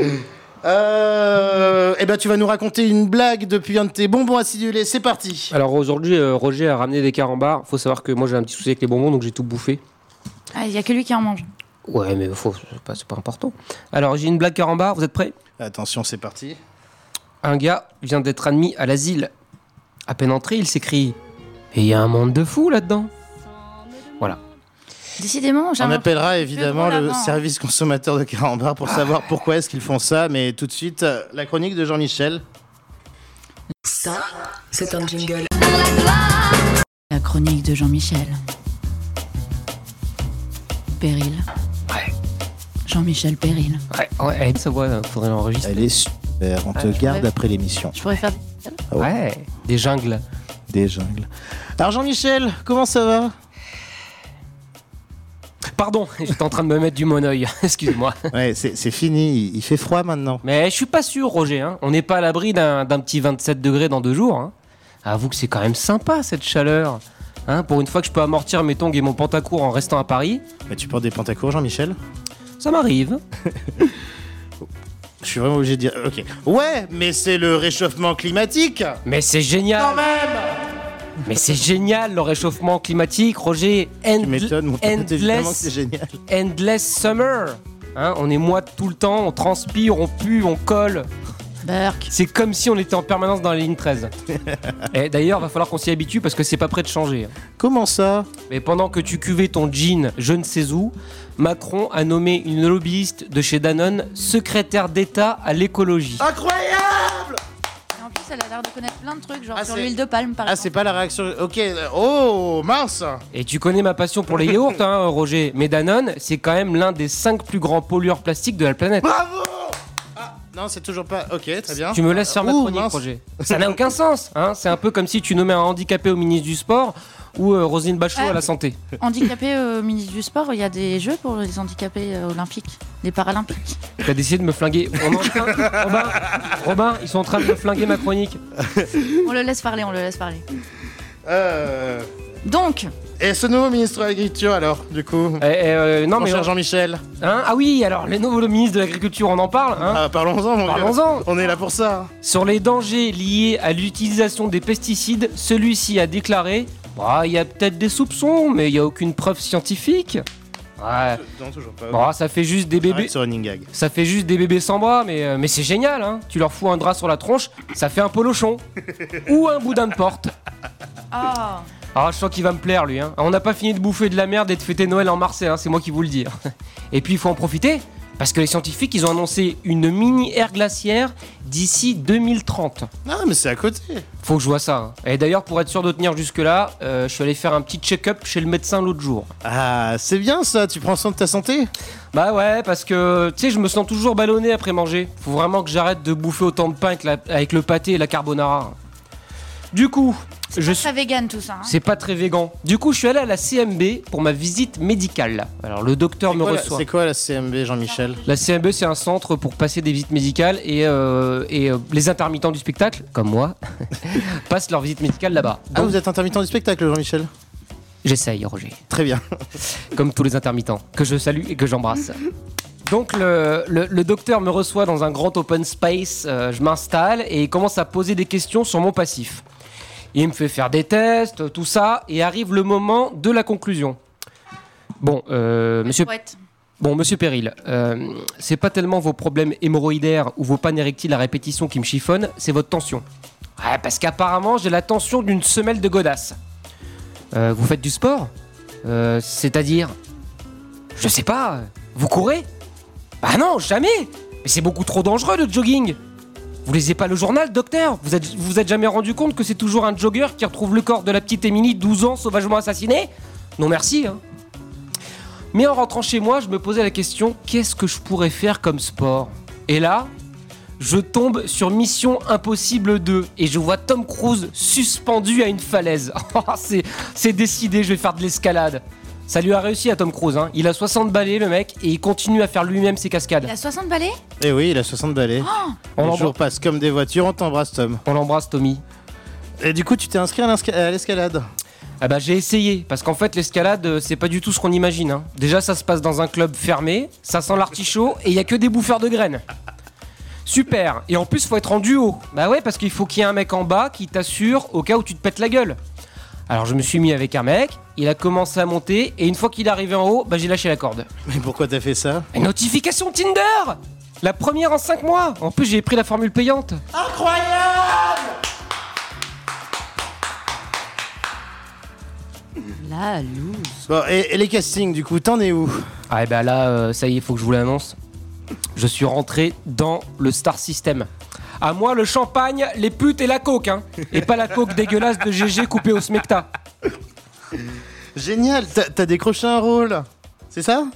C: Euh, eh ben tu vas nous raconter une blague depuis un de tes bonbons acidulés. C'est parti.
A: Alors aujourd'hui, euh, Roger a ramené des carambars. Faut savoir que moi j'ai un petit souci avec les bonbons, donc j'ai tout bouffé.
B: Ah, Il y a que lui qui en mange.
A: Ouais, mais faut, c'est pas, c'est pas important. Alors j'ai une blague carambar, vous êtes prêts
C: Attention, c'est parti.
A: Un gars vient d'être admis à l'asile. À peine entré, il s'écrie Et il y a un monde de fous là-dedans Voilà.
B: Décidément, j'ai
C: On
B: un-
C: appellera
B: plus
C: évidemment
B: drôle
C: le
B: avant, hein.
C: service consommateur de Carambar pour savoir pourquoi est-ce qu'ils font ça, mais tout de suite, euh, la chronique de Jean-Michel.
J: Ça, c'est un jingle.
B: La chronique de Jean-Michel. Péril.
A: Ouais.
B: Jean-Michel Péril.
A: Ouais, ouais, elle est de sa voix, là, faudrait l'enregistrer.
C: Elle est super, on te
A: Ouais.
C: garde
B: Ouais.
C: après l'émission.
B: Je pourrais faire.
A: Ouais, des jungles.
C: Des jungles. Alors Jean-Michel, comment ça va
A: Pardon, j'étais en train de me mettre du monoeil, excuse-moi.
C: Ouais, c'est c'est fini, il- il fait froid maintenant.
A: Mais je suis pas sûr, Roger. hein. On n'est pas à l'abri d'un d'un petit 27 degrés dans deux jours. hein. Avoue que c'est quand même sympa cette chaleur. Hein, pour une fois que je peux amortir mes tongs et mon pantacourt en restant à Paris,
C: Bah, tu portes des pantacours, Jean-Michel
A: ça m'arrive.
C: Je suis vraiment obligé de dire. Ok. Ouais, mais c'est le réchauffement climatique
A: Mais c'est génial Mais c'est génial le réchauffement climatique, Roger. End-
C: Tu m'étonnes, mon pote, évidemment que c'est
A: endless,
C: génial.
A: endless summer. Hein, on est moite tout le temps, on transpire, on pue, on colle.
B: Burke.
A: C'est comme si on était en permanence dans la ligne 13. Et d'ailleurs, va falloir qu'on s'y habitue parce que c'est pas prêt de changer.
C: Comment ça
A: Mais pendant que tu cuvais ton jean je ne sais où, Macron a nommé une lobbyiste de chez Danone secrétaire d'État à l'écologie.
C: Incroyable
B: Et En plus, elle a l'air de connaître plein de trucs, genre
C: Ah,
B: sur
C: c'est-
B: l'huile de palme, par
C: Ah,
B: exemple.
C: c'est pas la réaction. Ok, oh, mince
A: Et tu connais ma passion pour les yaourts, hein, Roger. Mais Danone, c'est quand même l'un des cinq plus grands pollueurs plastiques de la planète.
C: Bravo Ah, non, c'est toujours pas. Ok, très bien.
A: Tu me laisses faire ma
C: Ouh,
A: chronique,
C: mince.
A: Roger. Ça n'a aucun sens. Hein. C'est un peu comme si tu nommais un handicapé au ministre du Sport ou euh, Roselyne Bachelot
B: Ah.
A: à la santé.
B: Handicapé euh, ministre du sport, il y a des jeux pour les handicapés euh, olympiques, des paralympiques.
A: T'as décidé de me flinguer. On est en train- Robin, Robin, ils sont en train de me flinguer ma chronique.
B: on le laisse parler, on le laisse parler.
C: Euh,
B: Donc,
C: Et ce nouveau ministre de l'Agriculture, alors, du coup
A: Eh, eh, euh, non,
C: Mon
A: mais.
C: cher Jean-Michel.
A: Hein ah oui, alors le nouveau ministre de l'Agriculture, on en parle. Hein
C: Ah, parlons-en, mon gars.
A: Parlons-en.
C: On est là pour ça.
A: Sur les dangers liés à l'utilisation des pesticides, celui-ci a déclaré Bah, Il y a peut-être des soupçons, mais il n'y a aucune preuve scientifique. Ouais.
C: Non, toujours pas.
A: Euh, Bon, ça fait juste des bébés.
C: Arrête ce running gag.
A: Ça fait juste des bébés sans bras, mais, euh, mais c'est génial, hein. Tu leur fous un drap sur la tronche, ça fait un polochon. Ou un boudin de porte.
B: ah,
A: Ah, je sens qu'il va me plaire, lui, hein. On n'a pas fini de bouffer de la merde et de fêter Noël en Marseille, hein, c'est moi qui vous le dis. Et puis, il faut en profiter, parce que les scientifiques, ils ont annoncé une mini-ère glaciaire d'ici 2030.
C: Ah, mais c'est à côté.
A: Faut que je vois ça. hein. Et d'ailleurs, pour être sûr de tenir jusque-là, euh, je suis allé faire un petit check-up chez le médecin l'autre jour.
C: Ah, c'est bien ça, tu prends soin de ta santé
A: Bah ouais, parce que, tu sais, je me sens toujours ballonné après manger. Faut vraiment que j'arrête de bouffer autant de pain avec, la- avec le pâté et la carbonara. Du coup, je suis...
B: ça vegan tout ça. hein.
A: C'est pas très végan. Du coup, je suis allé à la CMB pour ma visite médicale. Alors, le docteur me
C: Quoi, la-
A: reçoit.
C: C'est quoi la CMB, Jean-Michel
A: La CMB, c'est un centre pour passer des visites médicales et, euh, et euh, les intermittents du spectacle, comme moi, passent leur visite médicale là-bas.
C: Ah,
A: Donc,
C: vous êtes intermittent du spectacle, Jean-Michel
A: j'essaye, Roger.
C: Très bien.
A: comme tous les intermittents, que je salue et que j'embrasse. Donc le, le- le docteur me reçoit dans un grand open space, euh, je m'installe et il commence à poser des questions sur mon passif. Il me fait faire des tests, tout ça, et arrive le moment de la conclusion. Bon, euh, monsieur,
B: Poète.
A: bon, monsieur Péril, euh, c'est pas tellement vos problèmes hémorroïdaires ou vos pannes érectiles à répétition qui me chiffonnent, c'est votre tension. Ouais, parce qu'apparemment j'ai la tension d'une semelle de godasse. Euh, vous faites du sport Euh, C'est-à-dire je sais pas, vous courez Bah non, jamais Mais c'est beaucoup trop dangereux le jogging Vous lisez pas le journal, docteur Vous êtes, vous êtes jamais rendu compte que c'est toujours un jogger qui retrouve le corps de la petite Émilie, 12 ans, sauvagement assassinée Non merci, hein Mais en rentrant chez moi, je me posais la question qu'est-ce que je pourrais faire comme sport Et là, je tombe sur Mission Impossible 2 et je vois Tom Cruise suspendu à une falaise. Oh, c'est c'est décidé, je vais faire de l'escalade. Ça lui a réussi à Tom Cruise. hein. Il a 60 balais, le mec, et il continue à faire lui-même ses cascades.
B: Il a 60 balais
C: Eh oui, il a 60 balais.
A: On
C: Les
A: l'embra-
C: jours passent comme des voitures, on t'embrasse, Tom.
A: on l'embrasse, Tommy.
C: Et du coup, tu t'es inscrit à l'insca- à l'escalade
A: Ah bah j'ai essayé, parce qu'en fait l'escalade euh, c'est pas du tout ce qu'on imagine. hein. Déjà ça se passe dans un club fermé, ça sent l'artichaut et il y a que des bouffeurs de graines. Super, et en plus faut être en duo. Bah ouais parce qu'il faut qu'il y ait un mec en bas qui t'assure au cas où tu te pètes la gueule. Alors je me suis mis avec un mec, il a commencé à monter et une fois qu'il est arrivé en haut, bah j'ai lâché la corde.
C: Mais pourquoi t'as fait ça
A: Et notification Tinder La première en 5 mois En plus j'ai pris la formule payante.
C: Incroyable
B: Là, La loose.
C: Bon, et, et les castings, du coup, t'en es où
A: Ah, et ben là, euh, ça y est, il faut que je vous l'annonce. Je suis rentré dans le Star System. À moi, le champagne, les putes et la coke, hein. Et pas la coke dégueulasse de GG coupée au smecta.
C: Génial, t'as t'as décroché un rôle, c'est ça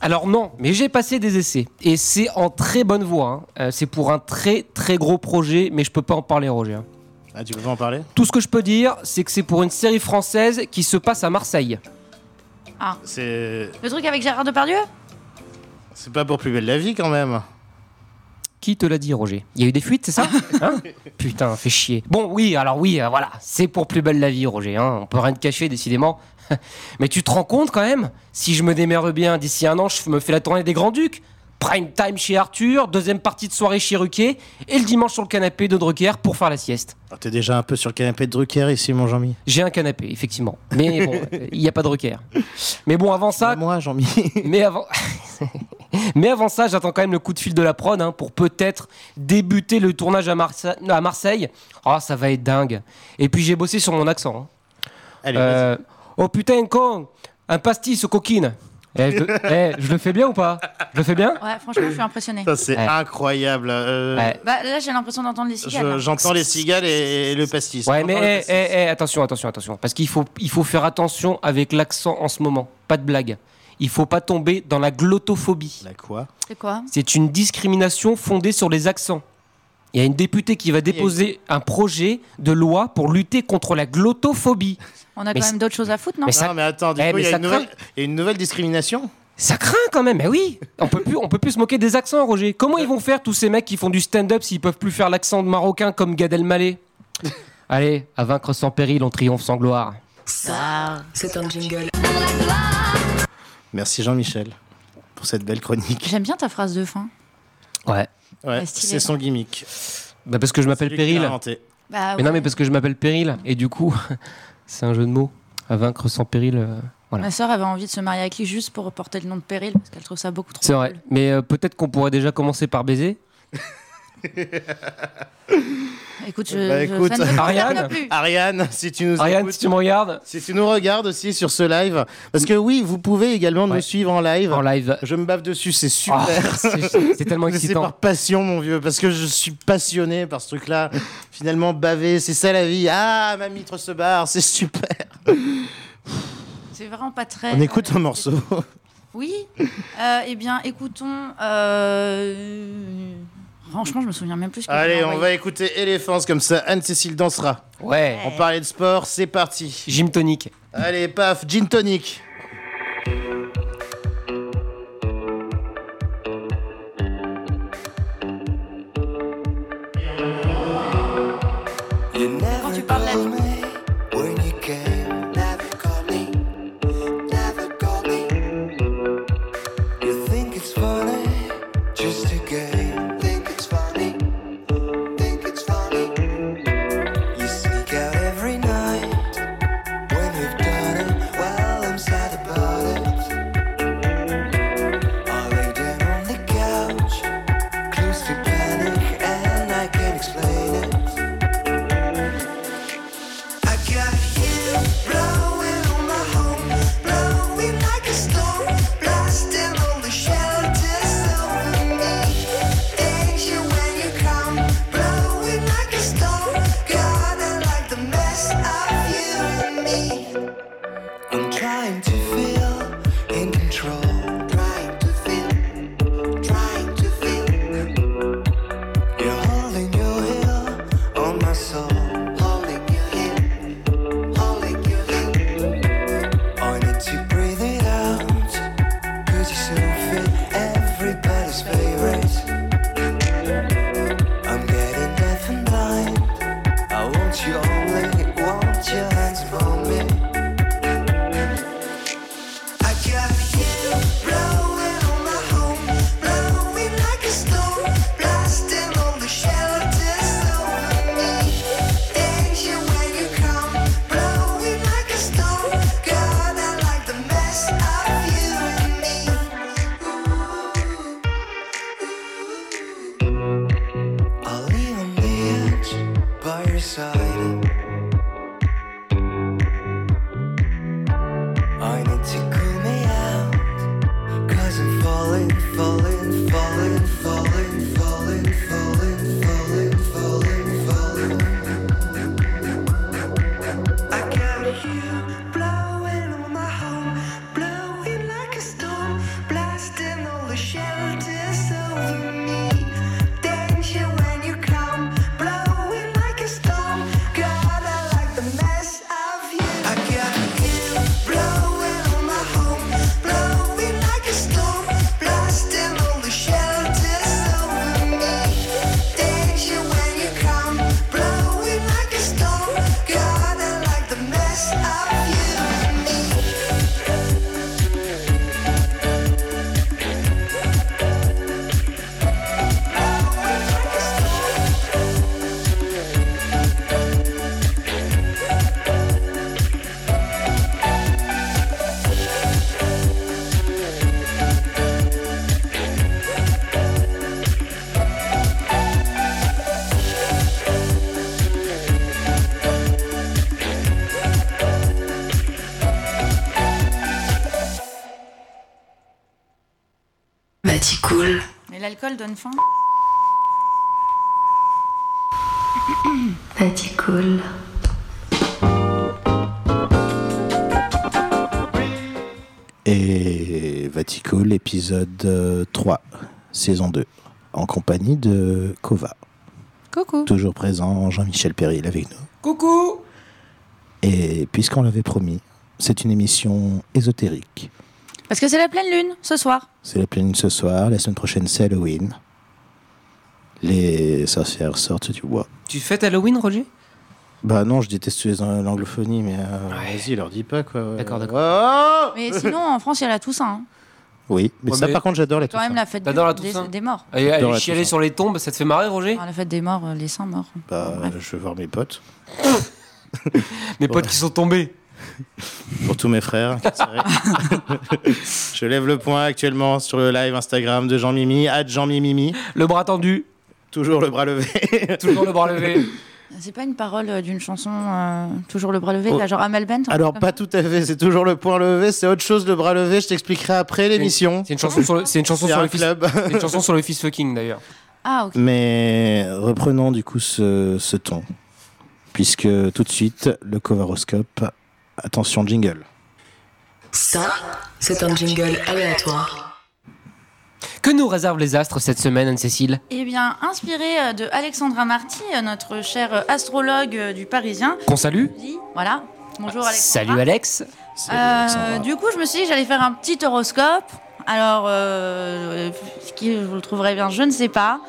A: Alors non, mais j'ai passé des essais. Et c'est en très bonne voie. hein. Euh, c'est pour un très très gros projet, mais je peux pas en parler, Roger.
C: Ah, tu peux pas en parler
A: Tout ce que je peux dire, c'est que c'est pour une série française qui se passe à Marseille.
B: Ah.
C: C'est
B: Le truc avec Gérard Depardieu
C: c'est pas pour plus belle la vie quand même.
A: Qui te l'a dit, Roger Il y a eu des fuites, c'est ça Hein Putain, fait chier. Bon, oui, alors oui, euh, voilà, c'est pour plus belle la vie, Roger. hein. On peut rien te cacher, décidément. Mais tu te rends compte quand même Si je me démerde bien, d'ici un an, je me fais la tournée des Grands Ducs. Prime time chez Arthur, deuxième partie de soirée chez Ruquier, et le dimanche sur le canapé de Drucker pour faire la sieste.
C: Ah, T'es déjà un peu sur le canapé de Drucker ici, mon Jean-Mi.
A: J'ai un canapé, effectivement. Mais bon, euh, il n'y a pas de Drucker. Mais bon, avant ça.
C: Moi, Jean-Mi.
A: mais avant. Mais avant ça, j'attends quand même le coup de fil de la prod hein, pour peut-être débuter le tournage à, Marse- à Marseille. Oh, ça va être dingue. Et puis j'ai bossé sur mon accent. hein.
C: Allez,
A: Euh, oh putain, con Un pastis aux coquines Eh, je, eh, je le fais bien ou pas Je le fais bien
B: Ouais, franchement, je suis impressionné.
C: Ça, c'est
A: Ouais.
C: incroyable. euh,
A: Ouais.
B: Bah, là, j'ai l'impression d'entendre les cigales.
C: je-
B: là.
C: J'entends les cigales et, et le pastis.
A: Ouais, mais
C: J'entends le
A: eh,
C: pastis.
A: eh, eh, attention, attention, attention. Parce qu'il faut, il faut faire attention avec l'accent en ce moment. Pas de blague. Il faut pas tomber dans la glottophobie.
C: La quoi
B: C'est quoi
A: C'est une discrimination fondée sur les accents. Il y a une députée qui va déposer un projet de loi pour lutter contre la glottophobie.
B: On a
A: Mais
B: quand
A: c'est-
B: même d'autres choses à foutre, non
A: mais ça-
C: Non, mais attends, du
A: Eh,
C: coup,
A: mais
C: il y, a
A: ça
C: une
A: craint.
C: nouvelle- il y a une nouvelle discrimination
A: Ça craint quand même, mais oui. On peut plus, on peut plus se moquer des accents, Roger. Comment ils vont faire tous ces mecs qui font du stand-up s'ils peuvent plus faire l'accent de marocain comme Gad Elmaleh Allez, à vaincre sans péril, on triomphe sans gloire.
J: Ça, c'est un jingle.
C: Merci Jean-Michel pour cette belle chronique.
B: J'aime bien ta phrase de fin.
A: Ouais.
C: Ouais,
B: Ah, stylé.
C: c'est son gimmick.
A: Bah parce que je m'appelle
C: C'est lui qui l'a
A: Péril.
C: inventé.
B: Bah,
A: Mais non,
B: ouais.
A: mais parce que je m'appelle Péril et du coup, c'est un jeu de mots. À vaincre sans péril, euh, voilà.
B: Ma sœur avait envie de se marier avec lui juste pour porter le nom de Péril parce qu'elle trouve ça beaucoup trop.
A: C'est vrai. Mais euh, peut-être qu'on pourrait déjà commencer par baiser.
B: Écoute, je,
C: Bah,
B: je-
C: écoute,
B: ça ne me
A: Ariane.
B: concerne plus.
C: Ariane, si tu nous
A: Ariane,
C: écoutes,
A: si tu me regardes,
C: si tu nous regardes aussi sur ce live, parce que oui, vous pouvez également nous
A: Ouais.
C: suivre en live.
A: en live.
C: Je me bave dessus, c'est
A: Ah,
C: super.
A: c'est c'est tellement
C: Mais c'est
A: excitant.
C: par passion, mon vieux, parce que je suis passionné par ce truc-là. Finalement, baver, c'est ça la vie. Ah, ma mitre se barre, c'est super.
B: C'est vraiment pas très.
C: On écoute
B: euh,
C: un morceau.
B: Oui. Euh, eh bien, écoutons. euh, Franchement, je me souviens même plus. ce Que
C: Allez,
B: j'ai
C: on
B: envoyé.
C: va écouter Elephants, comme ça Anne-Cécile dansera.
A: Ouais.
C: On parlait de sport, c'est parti.
A: Gym tonic.
C: Allez, paf, gin tonic.
N: You never
B: Quand tu parles la nuit.
N: when you came, never called me, never called me. You think it's funny, just a game. Think it's funny, think it's funny. You sneak out every night when you've done it. Well, I'm sad about it. I lay down on the couch, close to panic, and I can't explain it. I got you blowing on my home, blowing like a storm, blasting all the shelters over me. Ain't you when you come, blowing like a storm, gonna like the mess of you and me. I'm trying to feel in control, trying to feel, trying to feel. You're holding your heel on my soul, holding your heel. Holding you I need to breathe it out. Cause you so fit, everybody's favorite. I'm getting deaf and blind. I want you only, want your hands upon me. I got you blowing on my home, blowing like a storm, blasting all the shelters over me. Danger when you come, blowing like a storm, God, I like the mess of you and me. I lean on the edge by your side.
B: L'alcool donne faim.
J: Petit cool.
C: Et Vatico, l'épisode euh, 3, saison 2, en compagnie de Kova.
B: Coucou.
C: Toujours présent, Jean-Michel Péril avec nous.
A: Coucou
C: Et puisqu'on l'avait promis, c'est une émission ésotérique.
B: Parce que c'est la pleine lune ce soir.
C: C'est la pleine lune ce soir, la semaine prochaine c'est Halloween. Les sorcières sortent du bois.
A: Tu fêtes Halloween, Roger
C: Bah non, je déteste les- l'anglophonie, mais euh, vas-y, leur dis pas quoi.
A: D'accord, d'accord.
B: Mais sinon, en France, il y a la Toussaint. hein.
C: Oui, mais
A: Ouais,
C: ça
A: mais-
C: par contre j'adore la
B: Quand même
C: Toussaint. Ah
B: la fête
A: T'adores la
B: des,
A: Toussaint
B: des morts.
A: Et
C: Dans
A: aller
C: la
A: chialer
C: Toussaint.
A: sur les tombes, ça te fait marrer, Roger
B: Ah, la fête des morts, euh, les saints morts.
C: Bah, je vais voir mes potes.
A: Mes potes qui sont tombés.
C: Pour tous mes frères. je lève le point actuellement sur le live Instagram de Jean Mimi, at Jean Mimi.
A: Le bras tendu.
C: Toujours le bras levé.
A: Toujours le bras levé.
B: C'est pas une parole euh, d'une chanson euh, toujours le bras levé,
C: Oh.
B: là, genre Amel Bent. un
C: Alors,
B: truc
C: pas tout à fait, c'est toujours le point levé, c'est autre chose le bras levé, je t'expliquerai après l'émission.
A: C'est une chanson sur le, c'est une chanson
C: C'est
A: sur
C: un
A: le fist-
C: club.
A: c'est une chanson sur le fist fucking d'ailleurs.
B: comme- Ah, ok.
C: Mais reprenons du coup ce, ce ton, puisque tout de suite, le covaroscope. Attention, jingle.
J: Ça, c'est un jingle aléatoire.
A: Que nous réservent les astres cette semaine, Anne-Cécile
B: Eh bien, inspiré euh, de Alexandra Marty, euh, notre chère euh, astrologue euh, du Parisien,
A: Qu'on salue
B: dit voilà. Bonjour Alexandra.
A: Ah, Salut Alex
B: Euh, du coup, je me suis dit que j'allais faire un petit horoscope. Alors, euh, ce qui vous le trouverez bien, je ne sais pas.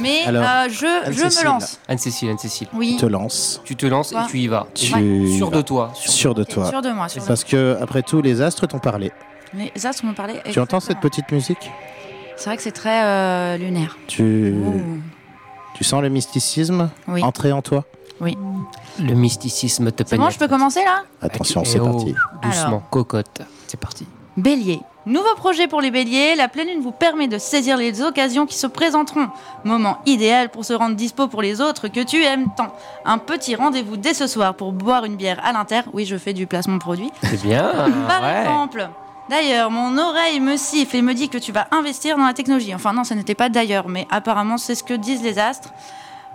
B: Mais
C: Alors,
B: euh, je, je me
C: Anne-Cécile.
B: lance.
A: Anne-Cécile, Anne-Cécile.
B: Oui.
C: Te lance.
A: Tu te lances
B: Quoi
A: et tu y vas.
C: Tu
A: Ouais. Sûr
C: vas.
A: de toi. Sûr.
C: Sûr de toi.
B: Sûr de moi, sûr de
C: Parce que, après tout, les astres t'ont parlé.
B: Mais ça, ce qu'on parlait.
C: Tu entends cette petite musique
B: C'est vrai que c'est très euh, lunaire.
C: tu,
B: Ouh.
C: tu sens le mysticisme
B: Oui.
C: entrer en toi
B: Oui.
A: Le mysticisme te
B: C'est bon,
A: pénètre.
B: je peux commencer là
C: Attention,
A: Eh
C: c'est
A: oh,
C: parti.
A: Doucement,
B: Alors.
A: cocotte. C'est parti.
B: Bélier. Nouveau projet pour les béliers, la pleine lune vous permet de saisir les occasions qui se présenteront. Moment idéal pour se rendre dispo pour les autres que tu aimes tant. Un petit rendez-vous dès ce soir pour boire une bière à l'inter. Oui, je fais du placement produit.
A: C'est bien.
B: Par
A: Ah, ouais.
B: exemple. D'ailleurs, mon oreille me siffle et me dit que tu vas investir dans la technologie. Enfin non, ce n'était pas d'ailleurs, mais apparemment c'est ce que disent les astres.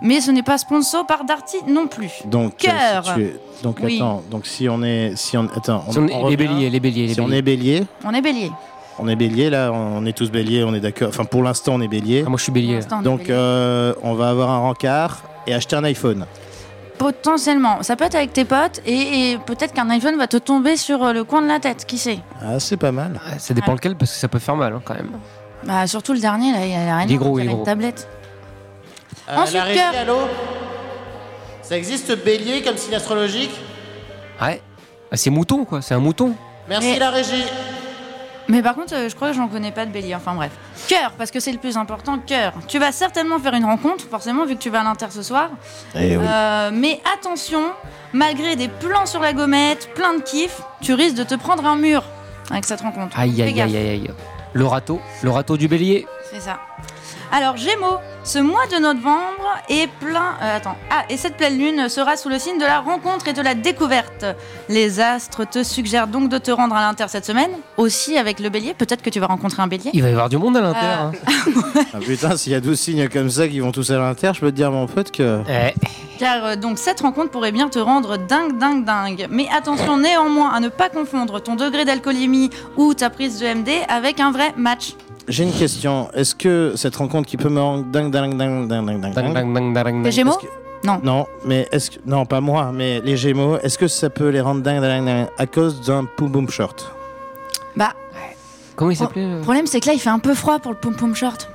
B: Mais ce n'est pas sponsor par Darty non plus.
C: Donc, euh,
B: Cœur.
C: si tu es- donc
B: Oui.
C: attends, donc si on est, si on, attends, on,
A: Si on est-
C: on revient.
A: les béliers, les béliers, les
C: si on
A: béliers.
C: est bélier,
B: On est bélier.
C: on est bélier là, on est tous bélier, on est d'accord. Enfin, pour l'instant, on est bélier.
A: Ah, moi je suis bélier.
B: Pour l'instant, on est
C: Donc,
B: bélier.
C: euh, on va avoir un rencard et acheter un iPhone.
B: Potentiellement. Ça peut être avec tes potes et, et peut-être qu'un iPhone va te tomber sur euh, le coin de la tête, qui sait
C: Ah, c'est pas mal.
A: Ah, Ça dépend lequel parce que ça peut faire mal hein, quand même.
B: bah, Surtout le dernier, là, il y a rien.
A: Il est gros,
B: il
A: il
B: y
A: est
B: a une
A: gros.
B: tablette. Ensuite, la régie, cœur.
C: allô Ça existe bélier comme signe astrologique
A: Ouais. Ah, c'est mouton quoi, c'est un mouton.
C: Merci
B: Mais-
C: la régie.
B: Mais par contre, euh, je crois que j'en connais pas de bélier. Enfin bref. Cœur, parce que c'est le plus important, cœur. Tu vas certainement faire une rencontre, forcément, vu que tu vas à l'inter ce soir.
C: Eh oui.
B: Euh, mais attention, malgré des plans sur la gommette, plein de kiff, tu risques de te prendre un mur avec cette rencontre.
A: Aïe
B: Fais
A: aïe
B: gaffe.
A: aïe aïe aïe. Le râteau, le râteau du bélier.
B: C'est ça. Alors Gémeaux, ce mois de novembre est plein. euh, attends. Ah, et cette pleine lune sera sous le signe de la rencontre et de la découverte. Les astres te suggèrent donc de te rendre à l'inter cette semaine, aussi avec le Bélier. Peut-être que tu vas rencontrer un Bélier.
A: Il va y avoir du monde à l'inter.
B: Euh,
A: hein.
C: Ah, putain, s'il y a 12 signes comme ça qui vont tous à l'inter, je peux te dire mon pote que
A: Ouais.
B: Car euh, donc cette rencontre pourrait bien te rendre dingue, dingue, dingue. Mais attention néanmoins à ne pas confondre ton degré d'alcoolémie ou ta prise de MD avec un vrai match.
C: j'ai une question. Est-ce que cette rencontre qui peut me rendre dingue, dingue, dingue, dingue, dingue,
A: Dang,
C: dingue, dingue,
A: dang, dang, dang,
B: Les
A: dang.
B: Gémeaux
C: est-ce
B: Non.
C: Non, mais est-ce que non pas moi, mais les Gémeaux, est-ce que ça peut les rendre dingue, dingue, dingue à cause d'un poum boum short
B: Bah,
A: Comment il s'appelait le-
B: le problème c'est que là il fait un peu froid pour le pom pom short.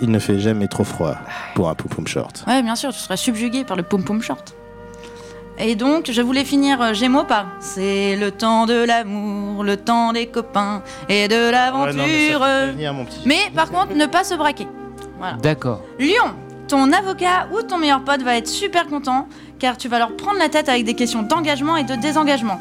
C: Il ne fait jamais trop froid pour un poum boum short.
B: Ouais, bien sûr, tu seras subjugué par le pom pom short. Et donc, je voulais finir euh, Gémeaux par C'est le temps de l'amour, le temps des copains et de l'aventure. euh, mais par contre, ne pas se braquer. Voilà.
A: D'accord.
B: Lyon, ton avocat ou ton meilleur pote va être super content car tu vas leur prendre la tête avec des questions d'engagement et de désengagement.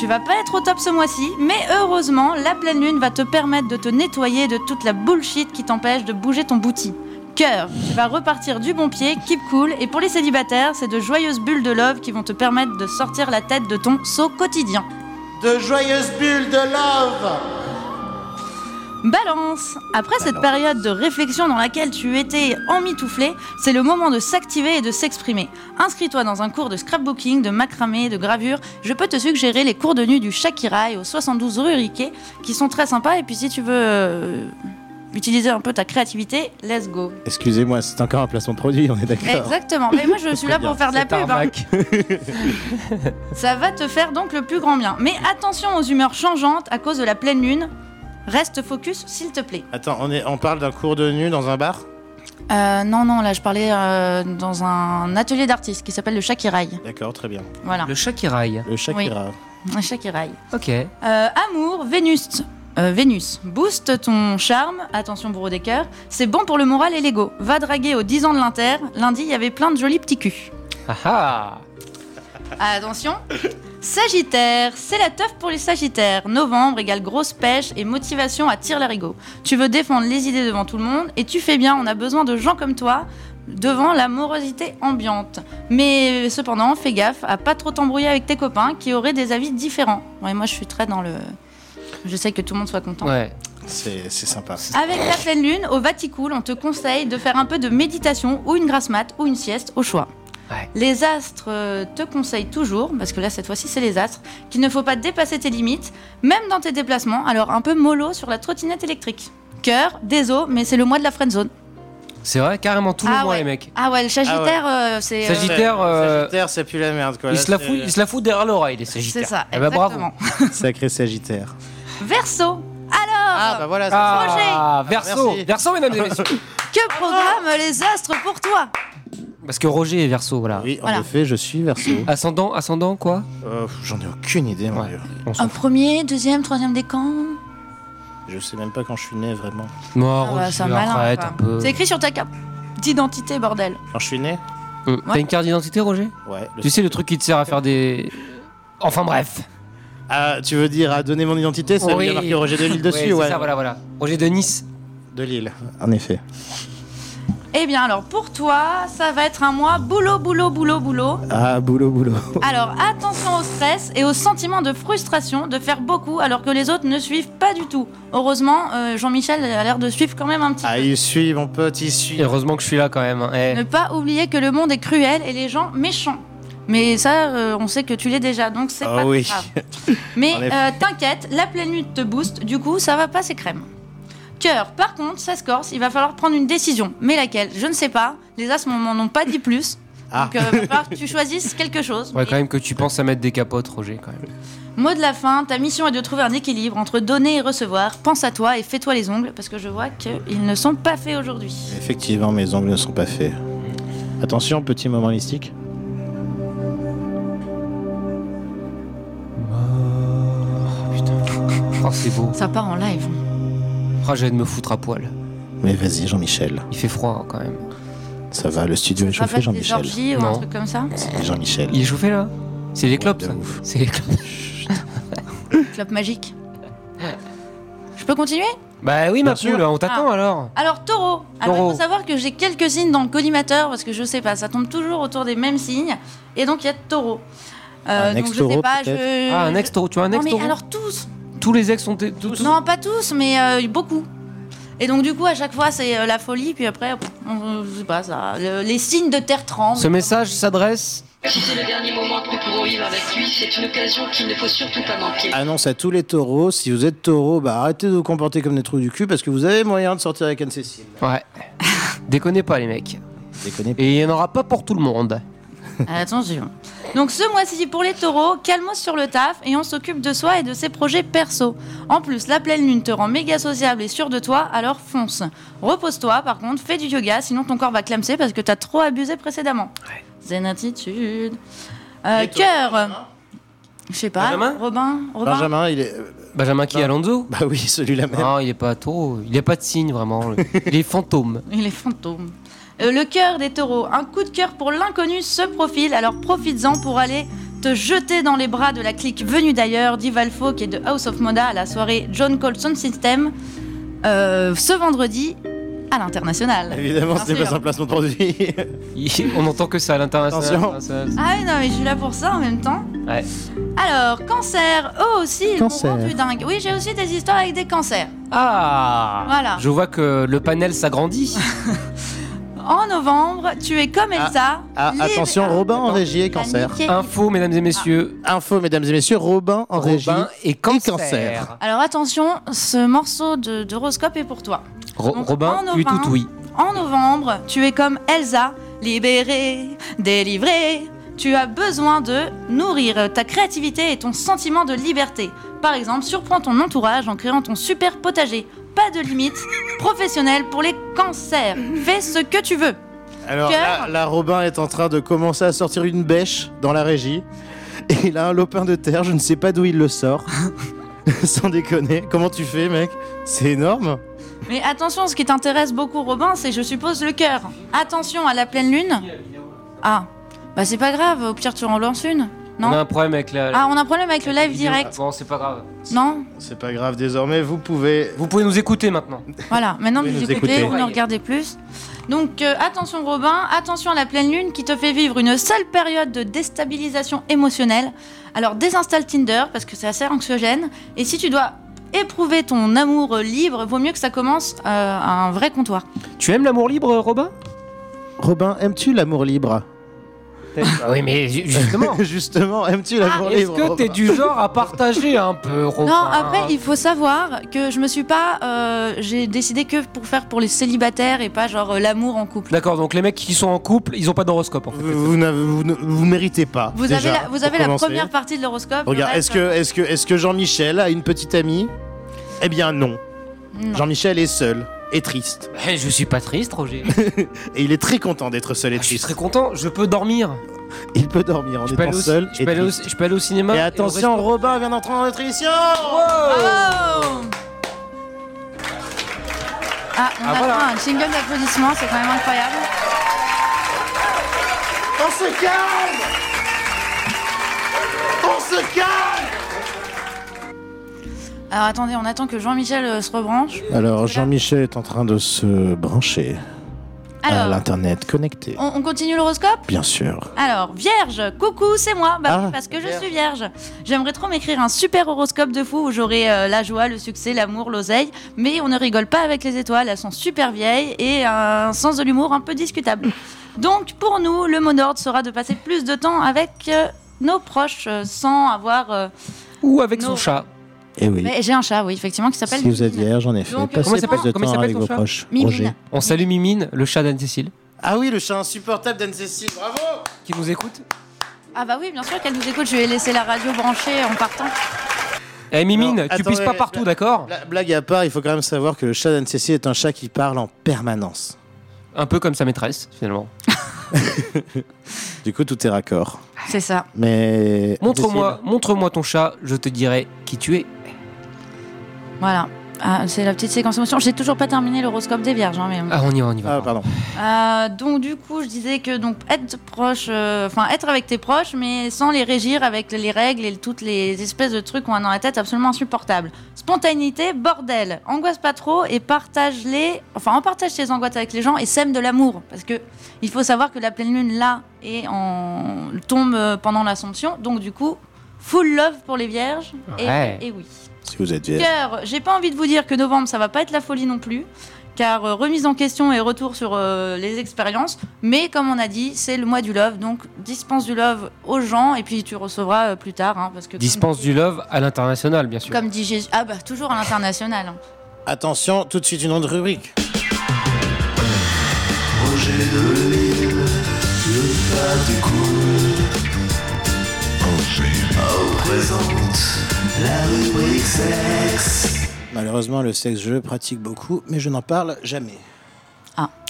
B: Tu vas pas être au top ce mois-ci, mais heureusement, la pleine lune va te permettre de te nettoyer de toute la bullshit qui t'empêche de bouger ton bouti. Cœur, tu vas repartir du bon pied, keep cool, et pour les célibataires, c'est de joyeuses bulles de love qui vont te permettre de sortir la tête de ton saut quotidien.
C: De joyeuses bulles de love
B: Balance Après cette période de réflexion dans laquelle tu étais emmitouflé, c'est le moment de s'activer et de s'exprimer. Inscris-toi dans un cours de scrapbooking, de macramé, de gravure. Je peux te suggérer les cours de nu du Shakirai au 72 rue Riquet, qui sont très sympas. Et puis si tu veux euh, utiliser un peu ta créativité, let's go
C: Excusez-moi, c'est encore un placement de produit, on est d'accord.
B: Exactement, mais moi je suis là
C: Très bien.
B: pour faire de la
C: Cette
B: pub. hein.
C: arnaque.
B: Ça va te faire donc le plus grand bien. Mais attention aux humeurs changeantes à cause de la pleine lune. Reste focus s'il te plaît.
C: Attends, on, est, on parle d'un cours de nu dans un bar
B: Euh, non, non, là je parlais euh, dans un atelier d'artiste qui s'appelle le Shakirai.
C: D'accord, très bien.
B: Voilà.
A: Le chat qui raille.
C: Le chat
B: Oui. Un Shakirai.
A: Ok.
B: Euh, amour, Vénus. Euh, Vénus, booste ton charme, attention bourreau des cœurs, c'est bon pour le moral et l'ego. Va draguer aux 10 ans de l'Inter, lundi il y avait plein de jolis petits culs.
A: Ah ah
B: Attention Sagittaire, c'est la teuf pour les Sagittaires. Novembre égale grosse pêche et motivation à tire l'arigot. Tu veux défendre les idées devant tout le monde et tu fais bien, on a besoin de gens comme toi devant la morosité ambiante. Mais cependant, fais gaffe à pas trop t'embrouiller avec tes copains qui auraient des avis différents. Ouais, moi je suis très dans le... J'essaie que tout le monde soit content.
A: Ouais.
C: C'est c'est sympa.
B: Avec la pleine lune, au Vaticool, on te conseille de faire un peu de méditation ou une grasse mat ou une sieste au choix. Les astres euh, te conseillent toujours, parce que là cette fois-ci c'est les astres, qu'il ne faut pas dépasser tes limites, même dans tes déplacements, alors un peu mollo sur la trottinette électrique. Cœur, désolé, mais c'est le mois de la friendzone.
A: C'est vrai, carrément tout le
B: Ah
A: mois,
B: ouais.
A: les mecs.
B: Ah ouais, le Sagittaire,
C: Ah
B: euh, c'est. euh,
A: Sagittaire, euh,
C: Sagittaire, ça pue la merde quoi.
A: il,
C: Là,
A: se la
C: c'est-
A: fout, il se la fout derrière l'oreille, les Sagittaires.
B: C'est ça,
A: Eh ben, bravo.
B: exactement.
C: Sacré Sagittaire.
B: Verseau Alors Ah
C: bah voilà,
A: Ah, verso, verso, mesdames et messieurs.
B: Que programment les astres pour toi
A: Parce que Roger est verso, voilà.
C: Oui, en
B: Voilà.
C: effet, je suis verso.
A: Ascendant, ascendant, quoi
C: Euh, J'en ai aucune idée, mon dieu.
B: Un premier, deuxième, troisième décan
C: Je sais même pas quand je suis né vraiment.
A: Mort,
B: Ah bah, c'est un malin, quoi. C'est écrit sur ta carte d'identité, bordel.
C: Quand je suis né
A: Euh, T'as une carte d'identité, Roger
C: Ouais.
A: Tu sais, le truc qui te sert à faire des. Enfin, bref.
C: Ah, tu veux dire à donner mon identité Ça veut
A: Oui.
C: dire marqué Roger de Lille
A: Ouais,
C: dessus,
A: c'est
C: ouais.
A: ça, voilà, voilà. Roger de Nice.
C: De Lille. En effet.
B: Eh bien alors pour toi, ça va être un mois boulot, boulot, boulot, boulot.
C: Ah, boulot, boulot.
B: Alors attention au stress et au sentiment de frustration de faire beaucoup alors que les autres ne suivent pas du tout. Heureusement, euh, Jean-Michel a l'air de suivre quand même un petit
C: Ah, il suit, mon pote, il suit.
A: heureusement que je suis là quand même. hein. Eh,
B: peu. Ne pas oublier que le monde est cruel et les gens méchants. Mais ça, euh, on sait que tu l'es déjà, donc c'est
C: Ah
B: pas
C: oui.
B: grave. Mais
C: En effet.
B: euh, t'inquiète, la pleine lune te booste, du coup ça va pas, c'est crème. Cœur, par contre, ça se corse, il va falloir prendre une décision. Mais laquelle Je ne sais pas, les as m'en ont pas dit plus.
A: Ah.
B: Donc euh, va falloir que tu choisisses quelque chose.
A: Ouais, quand même que tu penses à mettre des capotes, Roger, quand même.
B: Mot de la fin, ta mission est de trouver un équilibre entre donner et recevoir. Pense à toi et fais-toi les ongles, parce que je vois qu'ils ne sont pas faits aujourd'hui.
C: Effectivement, mes ongles ne sont pas faits. Attention, petit moment mystique.
A: Oh, c'est beau.
B: Ça part en live.
A: Ah, j'ai envie de me foutre à poil.
C: Mais vas-y, Jean-Michel.
A: Il fait froid hein, quand même.
C: Ça va, le studio est
B: Ça
C: chauffé,
B: va des
C: Jean-Michel.
B: orgies ou un
A: Non.
B: truc comme ça
C: C'est Jean-Michel.
A: Il est chauffé là C'est les clopes, ça. C'est les clopes.
B: Clope magique. Je peux continuer
A: Bah oui, ma poule, on
B: Ah.
A: t'attend alors.
B: Alors taureau, alors il
A: Taureau.
B: faut savoir que j'ai quelques signes dans le collimateur parce que je sais pas, ça tombe toujours autour des mêmes signes et donc il y a taureau. Euh,
A: Un
B: donc je sais
A: ex-taureau,
B: pas,
A: peut-être
B: je...
A: Ah, un ex-taureau, tu as un
B: Euh, Non,
A: ex-taureau
B: mais alors tous
A: Tous les ex sont. Tous.
B: Non, pas tous, mais euh, beaucoup. Et donc, du coup, à chaque fois, c'est euh, la folie, puis après, pff, on- je sais pas, ça. le- les signes de terre tremble.
A: Ce message s'adresse.
K: Si c'est le dernier moment que pour vivre avec lui, c'est une occasion qu'il ne faut surtout pas manquer.
C: Annonce à tous les taureaux, si vous êtes taureau, bah arrêtez de vous comporter comme des trous du cul parce que vous avez moyen de sortir avec Anne-Cécile.
A: Ouais. Déconnez pas, les mecs.
C: Déconnez
A: Et il n'y en aura pas pour tout le monde.
B: Attention. Donc, ce mois-ci, pour les taureaux, calmos sur le taf et on s'occupe de soi et de ses projets perso. En plus, la pleine lune te rend méga sociable et sûr de toi, alors fonce. Repose-toi, par contre, fais du yoga, sinon ton corps va clamser parce que t'as trop abusé précédemment. Zen attitude. Euh, Cœur. Je sais pas.
A: Benjamin
B: Robin. Robin.
C: il est. euh,
A: Benjamin qui Alonso
C: Bah oui, celui-là même.
A: Non, il est pas taureau. Il n'y a pas de signe vraiment. Le- il est fantôme.
B: Il est fantôme. Euh, le cœur des taureaux. Un coup de cœur pour l'inconnu se profile, alors profites-en pour aller te jeter dans les bras de la clique venue d'ailleurs d'Ival Folk et de House of Moda à la soirée John Colson System euh, ce vendredi à l'international.
C: Évidemment,
B: Bien
C: ce n'est
B: sûr.
C: pas un placement de produit.
A: Il- On entend que ça à l'international.
C: Attention.
A: Ça- ça-
B: Ah oui, non, mais je suis là pour ça en même temps.
A: Ouais.
B: Alors, cancer. Oh, aussi, ils m'ont
A: Cancer.
B: rendu dingue. Oui, j'ai aussi des histoires avec des cancers.
A: Ah
B: Voilà.
A: Je vois que le panel s'agrandit.
B: En novembre, tu es comme Elsa. libre-
C: Ah, attention, Robin en régie et cancer.
B: niqué.
A: Info, mesdames et messieurs.
C: Info, mesdames et messieurs, Robin en
A: Robin
C: régie
A: et
B: Ah.
A: cancer.
B: Alors attention, ce morceau de- d'horoscope est pour toi.
A: Ro- Robin,
B: en
A: oui,
B: novembre-
A: tout oui.
B: En novembre, tu es comme Elsa, libérée, délivrée. Tu as besoin de nourrir ta créativité et ton sentiment de liberté. Par exemple, surprends ton entourage en créant ton super potager. Pas de limite professionnelle pour les cancers. Fais ce que tu veux.
C: Alors
B: Cœur.
C: là, là, Robin est en train de commencer à sortir une bêche dans la régie. Et il a un lopin de terre, je ne sais pas d'où il le sort. Sans déconner, comment tu fais, mec C'est énorme.
B: Mais attention, ce qui t'intéresse beaucoup, Robin, c'est je suppose le cœur. Attention à la pleine lune. Ah, bah c'est pas grave, au pire tu en lances une. Non
A: On a un problème avec la.
B: Ah, on a un problème avec le live direct.
A: Bon, c'est pas grave.
B: Non
C: C'est pas grave, désormais, vous pouvez.
A: Vous pouvez nous écouter maintenant.
B: Voilà, maintenant
A: Vous
B: vous
A: pouvez nous
B: écoutez,
A: écouter.
B: vous nous regardez plus. Donc euh, attention Robin, attention à la pleine lune qui te fait vivre une seule période de déstabilisation émotionnelle. Alors désinstalle Tinder parce que c'est assez anxiogène. Et si tu dois éprouver ton amour libre, vaut mieux que ça commence euh, à un vrai comptoir.
A: Tu aimes l'amour libre, Robin
C: Robin, aimes-tu l'amour libre
A: Ah Oui, mais ju- justement.
C: Justement, aimes-tu l'amour
A: Ah, Est-ce
C: libre
A: que t'es du genre à partager un peu,
C: Oh.
A: Robin
B: Non, après, il faut savoir que je me suis pas. euh, J'ai décidé que pour faire pour les célibataires et pas genre euh, l'amour en couple.
A: D'accord, donc les mecs qui sont en couple, ils ont pas d'horoscope en fait.
C: Vous, vous n'avez- vous ne- vous méritez pas.
B: Vous
C: déjà,
B: avez la, vous
C: pour
B: avez la
C: commencer.
B: première partie de l'horoscope. le
C: Regarde,
B: reste-
C: est-ce
A: hein.
C: que, est que, est que Jean-Michel a une petite amie Eh bien, non.
B: Non.
C: Jean-Michel est seul et triste.
A: Eh, je suis pas triste, Roger.
C: Et il est très content d'être seul et
A: Ah, je suis
C: triste.
A: très content, je peux dormir.
C: Il peut dormir en
A: Je peux,
C: étant
A: aller au,
C: seul
A: je
C: et
A: peux aller au-
C: triste.
A: je peux aller au cinéma.
C: Et
A: au
C: attention,
A: resto.
C: Robin vient d'entrer en nutrition
B: Bravo Ah, on
A: Ah,
B: a
A: voilà.
B: un jingle d'applaudissements, c'est quand même incroyable.
C: On se calme On se calme
B: Alors attendez, on attend que Jean-Michel euh, se rebranche.
C: Alors, Jean-Michel est en train de se brancher à
B: Alors,
C: l'internet connecté.
B: on, on continue l'horoscope
C: Bien sûr.
B: Alors, Vierge, coucou, c'est moi, bah, oui,
C: Ah,
B: parce que je suis Vierge. J'aimerais trop m'écrire un super horoscope de fou où j'aurai euh, la joie, le succès, l'amour, l'oseille, mais on ne rigole pas avec les étoiles, elles sont super vieilles et un sens de l'humour un peu discutable. Donc, pour nous, le mot d'ordre sera de passer plus de temps avec euh, nos proches euh, sans avoir... euh,
A: Ou avec son
B: nos-
A: chat.
C: Et Eh oui.
B: Mais j'ai un chat, oui, effectivement, qui s'appelle...
C: Si vous êtes vierge, en effet,
B: Donc, euh,
C: passez
B: comment il
C: plus de
B: s'appelle-
A: comment il
C: temps
A: s'appelle
C: avec
A: ton
C: vos
A: chat
C: proches.
B: Mimine.
C: Roger.
A: On salue Mimine, le chat d'Anne-Cécile,
C: Ah oui, le chat insupportable d'Anne-Cécile, bravo
A: qui nous écoute.
B: Ah bah oui, bien sûr qu'elle nous écoute, je vais laisser la radio branchée en partant.
C: Ah.
A: Eh Mimine,
C: Alors,
A: tu pisses
C: attendez,
A: pas partout, d'accord
C: Bla- Blague à part, il faut quand même savoir que le chat d'Anne-Cécile est un chat qui parle en permanence.
A: Un peu comme sa maîtresse, finalement.
C: Du coup, tout est raccord.
B: C'est ça.
C: Mais.
A: Montre-moi montre ton chat, je te dirai qui tu es.
B: Voilà. Ah, c'est la petite séquence émotion. J'ai toujours pas terminé l'horoscope des vierges. hein, mais...
A: Ah, on y va, on y va.
C: Ah, pardon.
B: Euh, donc du coup, je disais que donc être proche, euh, enfin être avec tes proches, mais sans les régir avec les règles et toutes les espèces de trucs qu'on a dans la tête absolument insupportables. Spontanéité, bordel, angoisse pas trop et partage les, enfin en partage tes angoisses avec les gens et sème de l'amour parce que il faut savoir que la pleine lune là et en tombe euh, pendant l'Assomption, donc du coup full love pour les vierges et-
A: Ouais.
B: et oui.
C: Si vous êtes vierge.
B: Cœur, j'ai pas envie de vous dire que novembre ça va pas être la folie non plus, car euh, remise en question et retour sur euh, les expériences. Mais comme on a dit, c'est le mois du love, donc dispense du love aux gens et puis tu recevras euh, plus tard, hein, parce que comme-
A: Dispense du love à l'international, bien sûr.
B: Comme dit Jésus, ah bah toujours à l'international. hein.
C: Attention, tout de suite une autre rubrique. Malheureusement, le sexe, je le pratique beaucoup, mais je n'en parle jamais.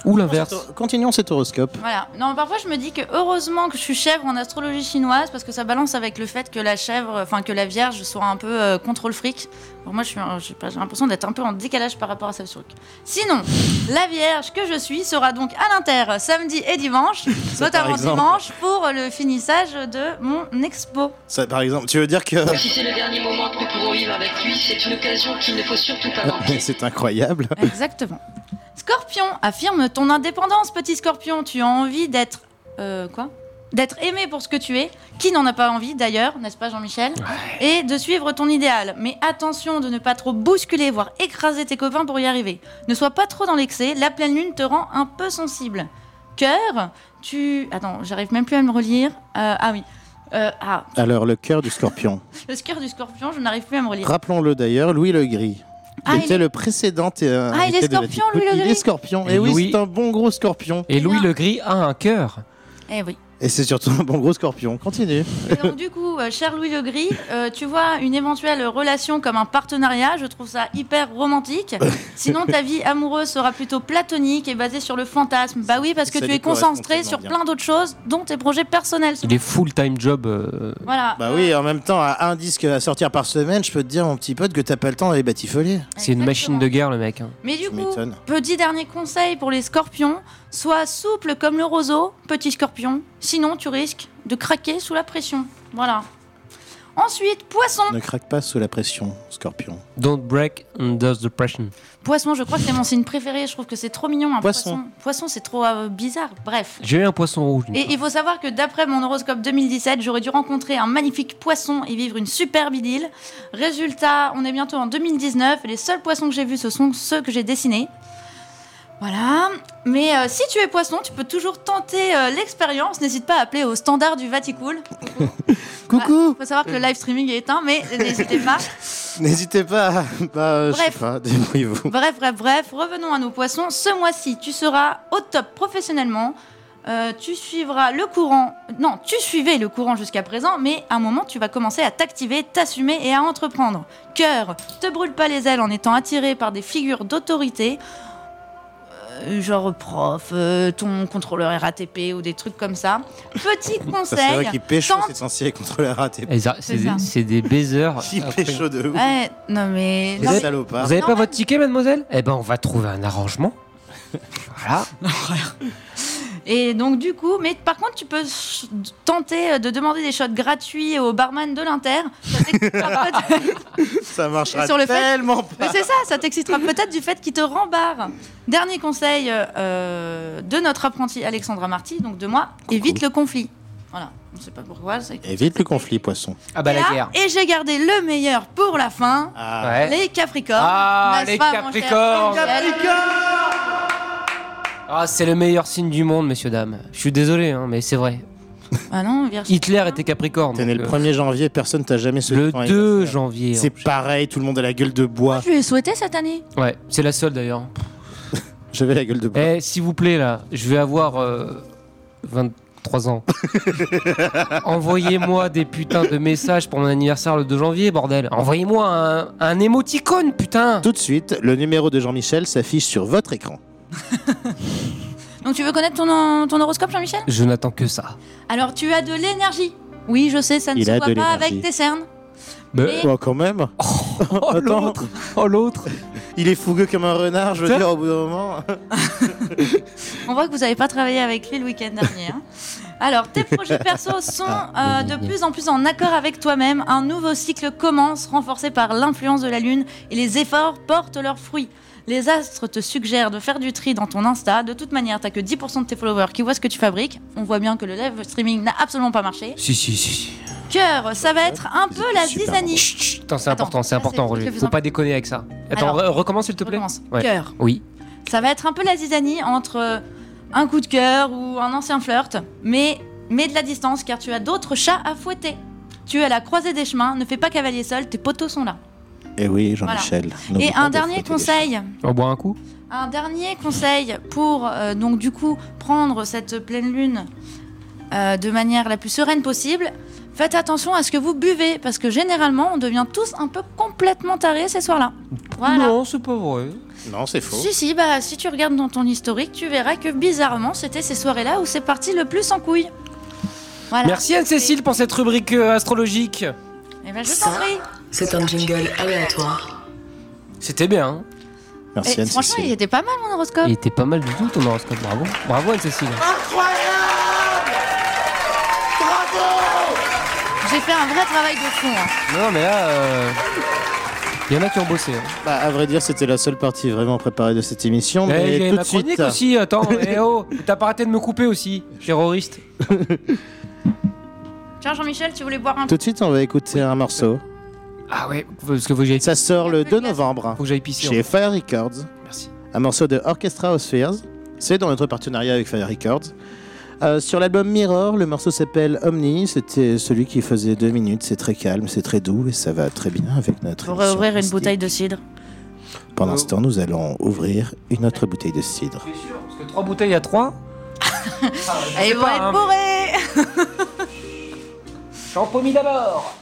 A: Ou l'inverse.
C: Continuons cet horoscope.
B: Voilà. Non, parfois je me dis que heureusement que je suis chèvre en astrologie chinoise parce que ça balance avec le fait que la chèvre, enfin que la vierge soit un peu euh, contrôle fric. Alors moi, je suis, un- je sais pas, j'ai l'impression d'être un peu en décalage par rapport à ce truc. Sinon, la vierge que je suis sera donc à l'inter samedi et dimanche, notamment
C: exemple.
B: dimanche pour le finissage de mon expo.
C: Ça, par exemple, tu veux dire que.
K: Si c'est le dernier moment que nous pourrons vivre avec lui, c'est une occasion qu'il ne faut surtout pas manquer.
C: Mais c'est incroyable.
B: Exactement. Scorpion, affirme ton indépendance, petit scorpion. Tu as envie d'être. euh, quoi d'être aimé pour ce que tu es, qui n'en a pas envie d'ailleurs, n'est-ce pas Jean-Michel Et de suivre ton idéal. Mais attention de ne pas trop bousculer, voire écraser tes copains pour y arriver. Ne sois pas trop dans l'excès, la pleine lune te rend un peu sensible. Cœur, tu... Attends, j'arrive même plus à me relire. Euh, ah oui. Euh, ah,
O: Alors, le cœur du scorpion.
B: le cœur du scorpion, je n'arrive plus à me relire.
O: Rappelons-le d'ailleurs, Louis le Gris.
B: Ah,
O: qui
B: il
O: était
B: est-
O: le précédent. euh,
B: Ah, il est
O: invité de la
B: scorpion,
O: Deep Blue.
B: Louis le
O: Il est
B: Gris.
O: scorpion. Et,
A: Et
O: oui,
A: Louis-
O: c'est un bon gros scorpion.
A: Et Louis le Gris a un cœur.
B: Eh oui.
O: Et c'est surtout un bon gros scorpion. Continue.
B: Donc, du coup, euh, cher Louis Le Gris, euh, tu vois une éventuelle relation comme un partenariat, je trouve ça hyper romantique. Sinon, ta vie amoureuse sera plutôt platonique et basée sur le fantasme. Bah oui, parce que
A: Ça
B: tu
A: lui
B: es
A: correspond
B: concentré
A: tellement
B: sur
A: bien.
B: plein d'autres choses, dont tes projets personnels.
A: Il est full-time job. euh,
B: Voilà.
O: Bah oui, en même temps, à un disque à sortir par semaine, je peux te dire, mon petit pote, que t'as pas le temps d'aller batifoler.
A: C'est une machine de guerre, le mec. hein.
B: Mais du coup,
O: hein. m'étonnes.
B: petit dernier conseil pour les scorpions sois souple comme le roseau, petit scorpion. Sinon, tu risques de craquer sous la pression. Voilà. Ensuite, poisson.
O: Ne craque pas sous la pression, scorpion.
A: Don't break under the pressure.
B: Poisson, je crois que c'est mon signe préféré. Je trouve que c'est trop mignon. Un
A: Poisson.
B: poisson, Poisson, c'est trop euh, bizarre. Bref.
A: J'ai eu un poisson rouge. une
B: Et il faut savoir que d'après mon horoscope 2017, j'aurais dû rencontrer un magnifique poisson et vivre une superbe idylle. Résultat, on est bientôt en 2019 et les seuls poissons que j'ai vus, ce sont ceux que j'ai dessinés. Voilà. Mais euh, si tu es poisson, tu peux toujours tenter euh, l'expérience. N'hésite pas à appeler au standard du Vaticool. Coucou. Il faut savoir que le live streaming est éteint, mais n'hésitez pas.
O: N'hésitez pas, à- bah, euh, je sais
B: Bref.
O: pas, débrouillez-vous.
B: Bref, bref, bref, revenons à nos poissons. Ce mois-ci, tu seras au top professionnellement. Euh, tu suivras le courant. Non, tu suivais le courant jusqu'à présent, mais à un moment, tu vas commencer à t'activer, t'assumer et à entreprendre. Cœur, te brûle pas les ailes en étant attiré par des figures d'autorité, euh, genre prof, euh, ton contrôleur RATP ou des trucs comme ça. Petit
O: Ça,
B: conseil.
O: C'est vrai qu'il pécho,
B: tente-
O: c'est censé contre la RATP.
A: Et Eh, ça,
B: C'est
A: C'est
B: ça.
A: des, c'est des baisers.
O: Il
A: Après-
O: pécho de ouf. hein.
B: Ouais, non mais. non, mais-
A: Vous avez
B: Non,
A: pas votre ticket, mademoiselle Eh ben, on va trouver un arrangement. voilà.
B: Et donc du coup, mais par contre, tu peux ch- tenter euh, de demander des shots gratuits au barman de l'Inter. Ça t'excitera peut-être-
O: Ça marchera
B: sur le fait-
O: tellement
B: Mais
O: pas.
B: c'est ça, ça t'excitera peut-être du fait qu'il te rembarre. Dernier conseil euh, de notre apprenti Alexandra Marty, donc de moi, évite le conflit. Voilà, on sait pas pourquoi. c'est-
O: Évite le conflit, poisson.
A: Ah bah
B: Et là, Et j'ai gardé le meilleur pour la fin.
O: Ah.
A: Ouais.
B: Les Capricornes.
A: Ah,
B: n'est-ce
A: les
B: pas, mon cher
A: Capricornes.
B: Jean-Michel
A: Ah, c'est le meilleur signe du monde, messieurs, dames. Je suis désolé, hein, mais c'est vrai.
B: Ah non, Vierge.
A: Hitler était Capricorne. euh,
O: T'es né
B: euh,
O: le 1er janvier, personne t'a jamais souhaité. ton
A: Le 2 janvier. hein.
O: C'est pareil, tout le monde a la gueule de bois.
B: Je lui ai souhaité cette année.
A: Ouais, c'est la seule d'ailleurs.
O: J'avais la gueule de bois.
A: Eh, s'il vous plaît, là, je vais avoir euh, 23 ans. Envoyez-moi des putains de messages pour mon anniversaire le 2 janvier, bordel. Envoyez-moi un, un émoticône,
B: Eh.
A: putain.
O: Tout de suite, le numéro de Jean-Michel s'affiche sur votre écran.
B: Donc tu veux connaître ton, ton horoscope, Jean-Michel
A: Je n'attends que ça.
B: Alors tu as de l'énergie. Oui, je sais, ça ne
O: Il
B: se
O: a
B: voit
O: de
B: pas
O: l'énergie.
B: avec tes cernes.
O: Mais...
B: Mais-
O: quand même.
A: Oh l'autre Oh l'autre
O: Il est fougueux comme un renard, je veux
A: Tiens.
O: dire, au bout d'un moment.
B: On voit que vous n'avez pas travaillé avec lui le week-end dernier. hein. Alors, tes projets perso sont
O: Ah,
B: euh, de plus en plus en accord avec toi-même. Un nouveau cycle commence, renforcé par l'influence de la Lune, et les efforts portent leurs fruits. Les astres te suggèrent de faire du tri dans ton Insta. De toute manière, t'as que 10% de tes followers qui voient ce que tu fabriques. On voit bien que le live streaming n'a absolument pas marché.
A: Si, si, si. si.
B: Cœur, ça va être un peu la zizanie.
A: Putain, c'est important, c'est important,
B: c'est-
A: Roger.
B: je fais
A: Faut
B: un-
A: pas déconner avec ça. Attends,
B: Alors,
A: re- recommence s'il te plaît.
B: recommence.
A: Ouais.
B: Cœur.
A: Oui.
B: Ça va être un peu la zizanie entre un coup de cœur ou un ancien flirt, mais mets de la distance car tu as d'autres chats à fouetter. Tu es à la croisée des chemins, ne fais pas cavalier seul, tes poteaux sont là.
O: Eh oui,
B: Voilà.
O: Jean-Michel. n'oublie
B: Et
O: pas
B: un
O: de
B: dernier
O: fouetter les
B: conseil,
A: On boit un coup
B: un dernier conseil pour euh, donc du coup prendre cette pleine lune euh, de manière la plus sereine possible. Faites attention à ce que vous buvez parce que généralement on devient tous un peu complètement tarés ces soirs-là. Voilà.
A: Non, c'est pas vrai.
O: chiens. Non, c'est faux.
B: Si, si, bah si tu regardes dans ton historique, tu verras que bizarrement, c'était ces soirées-là où c'est parti le plus en couille. Voilà.
A: Merci Anne-Cécile pour cette rubrique euh, astrologique.
B: Eh ben, je t'en prie.
J: C'est un jingle aléatoire.
A: C'était bien. hein.
O: Merci,
B: Eh, franchement,
O: Anne-Cécile.
B: il était pas mal mon horoscope.
A: Il était pas mal du tout ton horoscope, bravo. Bravo Anne-Cécile.
B: Ah. J'ai fait un vrai travail de fond. hein.
A: Non, mais là, euh, il y en a qui ont bossé. hein.
O: Bah, à vrai dire, c'était la seule partie vraiment préparée de cette émission.
A: Eh,
O: mais
A: J'ai
O: tout
A: ma
O: de suite.
A: chronique aussi, attends. eh oh, t'as pas arrêté de me couper aussi, terroriste.
B: Tiens, Jean-Michel, tu voulais boire un
C: Tout de suite, on va écouter un morceau.
I: Ah ouais, parce que vous j'ai.
C: Ça sort le 2
O: hein,
C: novembre.
I: Faut que j'aille pisser,
C: Chez
I: en
C: Fire Records.
I: Merci.
C: Un morceau de Orchestra of Spheres. C'est dans notre partenariat avec Fire Records. Euh, sur l'album Mirror, le morceau s'appelle Omni. C'était celui qui faisait deux minutes. C'est très calme, c'est très doux et ça va très bien avec notre.
B: Pour
C: émission.
B: ouvrir une bouteille de cidre.
C: Pendant ce temps, nous allons ouvrir une autre bouteille de cidre.
I: Parce que 3 bouteilles à 3.
B: Et ils vont
I: pas,
B: Eh, être
I: hein,
B: bourrés
I: Champomis d'abord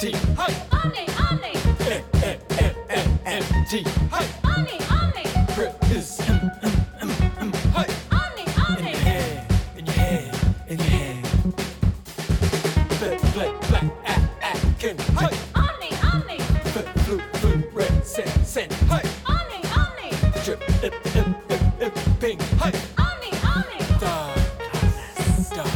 M: eh, oh. ah, eh, oh.
I: MT. Hey. Omni, Omni. Grip is M, M, M, M. Hey. Omni, Omni. In your head, in your head, in your head. Black, black, black, ah, ah, can. Hey. Omni, Omni. Flip, flip, flip, red, sand, sand. Hey. Omni, Omni. Drip, dip, dip, dip, dip, pink. Hey. Omni, Omni. Dog, dog.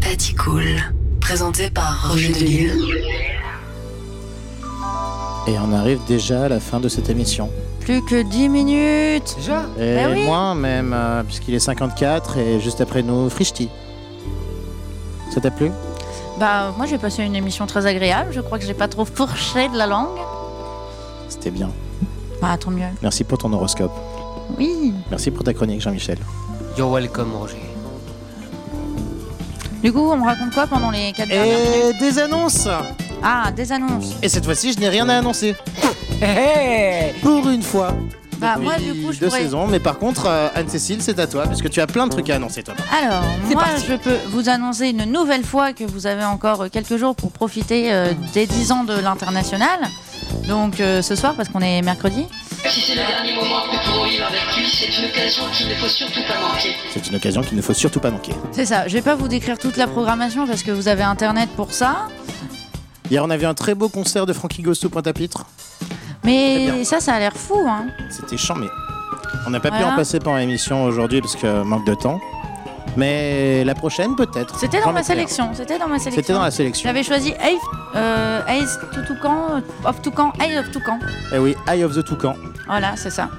P: Patty Cool, présenté par Roger Delille.
C: Et on arrive déjà à la fin de cette émission.
B: Plus que 10 minutes.
A: Déjà
C: Et
B: Bah oui.
C: moins même, euh, puisqu'il est 54 et juste après nous, Frishti. Ça t'a plu
B: Bah moi j'ai passé une émission très agréable. Je crois que j'ai pas trop fourché de la langue.
C: C'était bien.
B: Bah tant mieux.
C: Merci pour ton horoscope.
B: Oui.
C: Merci pour ta chronique, Jean-Michel.
A: You're welcome, Roger.
B: Du coup on me raconte quoi pendant les 4 dernières
C: Et des annonces
B: Ah des annonces.
C: Et cette fois-ci, je n'ai rien à annoncer.
A: Eh,
C: Pour une fois.
B: Bah,
C: Depuis
B: moi, du coup, je
C: deux
B: pourrais-
C: saisons, mais par contre, euh, Anne-Cécile, c'est à toi, parce que tu as plein de trucs à annoncer, toi.
B: Alors, moi, je peux vous annoncer une nouvelle fois que vous avez encore euh, quelques jours pour profiter euh, des 10 ans de l'international. Donc, euh, ce soir, parce qu'on est mercredi.
K: Si c'est le dernier moment que pour vivre avec lui, c'est une occasion qu'il ne faut surtout pas manquer.
C: C'est une occasion qu'il ne faut surtout pas manquer.
B: C'est ça. Je vais pas vous décrire toute la programmation parce que vous avez Internet pour ça.
C: Hier, on avait un très beau concert de Frankie Ghost au Pointe-à-Pitre.
B: Mais ça, ça a l'air fou, hein.
C: C'était charmé. On n'a pas pu
B: Voilà.
C: en passer pendant l'émission aujourd'hui, parce que manque de temps. Mais la prochaine, peut-être.
B: C'était dans
C: J'en ai
B: ma
C: peur.
B: sélection. C'était dans ma sélection.
C: C'était dans la sélection.
B: J'avais choisi Ace, euh, Ace Tutukan, of Toucan, Ace of Toucan.
C: Eh oui, Eye of the Toucan.
B: Voilà, c'est ça.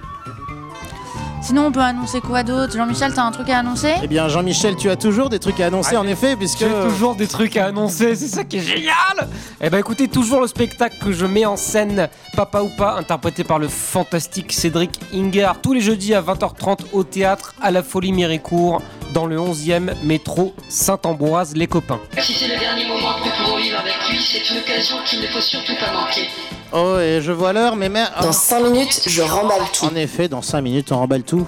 B: Sinon, on peut annoncer quoi d'autre Jean-Michel, t'as un truc à annoncer
C: Eh bien, Jean-Michel, tu as toujours des trucs à annoncer, en effet, puisque.
A: J'ai toujours des trucs à annoncer, c'est ça qui est génial Eh ben écoutez, toujours le spectacle que je mets en scène, Papa ou pas, interprété par le fantastique Cédric Inger, tous les jeudis à 20h30 au théâtre à la Folie Méricourt, dans le 11e métro Saint-Ambroise, les copains.
K: Si c'est le dernier moment que pour vivre avec lui, c'est une occasion qu'il ne faut surtout pas manquer.
C: Oh, et je vois l'heure, mais Oh, merde. Dans 5 minutes, je remballe tout. En effet, dans 5 minutes, on remballe tout.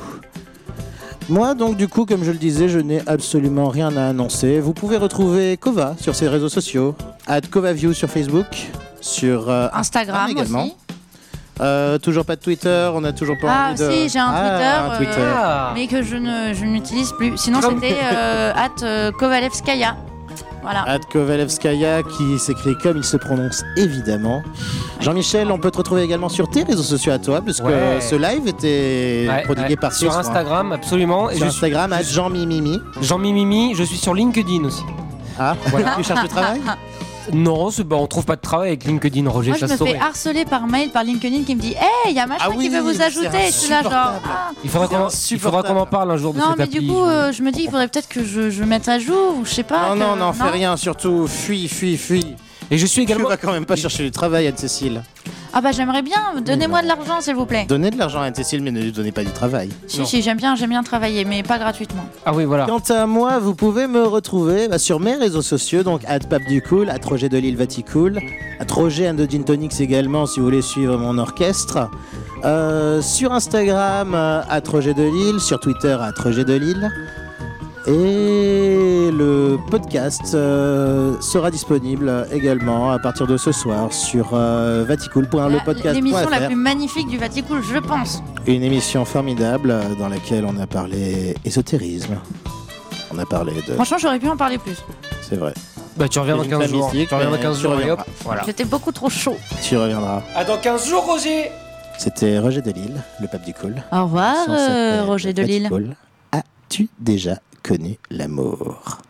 C: Moi, donc, du coup, comme je le disais, je n'ai absolument rien à annoncer. Vous pouvez retrouver Kova sur ses réseaux sociaux, at KovaView sur Facebook, sur euh,
B: Instagram
C: également.
B: aussi.
C: Euh, toujours pas de Twitter, on a toujours pas
B: Ah
C: envie de.
B: si, j'ai un
C: Ah,
B: Twitter,
C: un
B: euh,
C: Twitter.
B: mais que je ne je n'utilise plus. Sinon,
C: Comme-
B: c'était euh, at euh, Kovalevskaya. Voilà.
C: Ad Kovalevskaya qui s'écrit comme il se prononce évidemment. Jean-Michel, on peut te retrouver également sur tes réseaux sociaux à toi, puisque
A: Ouais.
C: ce live était
A: Ouais,
C: prodigué
A: ouais.
C: par
A: Sur
C: Source, hein.
A: Instagram, absolument.
C: Sur Instagram, à Jean Mimimi.
A: Jean Mimimi, je suis sur LinkedIn aussi.
C: Ah,
A: voilà.
C: tu cherches du travail
A: Non, c'est- bah, on trouve pas de travail avec LinkedIn, Roger,
B: Moi, je
A: ça
B: me
A: se saurait.
B: fais ah, harceler par mail, par LinkedIn, qui me dit Hey, il y a machin
C: Ah oui,
B: qui veut vous
C: c'est
B: ajouter. Et Je suis là, genre.
C: insupportable.
B: Ah.
A: Il faudra qu'on il faudra qu'on en parle un jour de
B: Non,
A: cette
B: mais du
A: appli.
B: coup, euh, je me dis, il faudrait peut-être que je, je mette à jour, ou je sais pas.
C: Non,
B: que-
C: non, non, fais rien, surtout, fuis, fuis, fuis.
A: Et je suis également.
C: Tu vas quand même pas chercher du travail, Anne-Cécile.
B: Ah, bah, j'aimerais bien, donnez-moi de l'argent, s'il vous plaît.
C: Donnez de l'argent à Anne-Cécile, mais ne lui donnez pas du travail.
B: Si, si, j'aime bien, j'aime bien travailler, mais pas gratuitement.
A: Ah oui, voilà.
C: Quant à moi, vous pouvez me retrouver bah, sur mes réseaux sociaux, donc at Papducool, at Roger de Lille Vaticool, at Roger and the Gin Tonics également si vous voulez suivre mon orchestre. Euh, sur Instagram, euh, at Roger de Lille, sur Twitter, at Roger de Lille. Et le podcast euh, sera disponible également à partir de ce soir sur euh, vaticool.lepodcast.fr.
B: Ah, L'émission la plus magnifique du Vaticool, je pense.
C: Une émission formidable euh, dans laquelle on a parlé ésotérisme. On a parlé de.
B: Franchement, j'aurais pu en parler plus.
C: C'est vrai.
A: Bah, tu reviens dans
C: J'ai
A: 15
C: pas
A: jours.
C: mystique,
A: Tu reviens dans
C: mais
A: 15
C: tu
A: jours et
C: reviendras.
A: hop, voilà.
B: J'étais beaucoup trop chaud.
C: Tu reviendras.
A: À dans 15 jours, Roger
C: C'était Roger Delille, le pape du col.
B: Au revoir,
C: Sans cette,
B: euh,
C: euh,
B: Ah, Roger
C: pape du
B: Delille.
C: col, As-tu déjà connu l'amour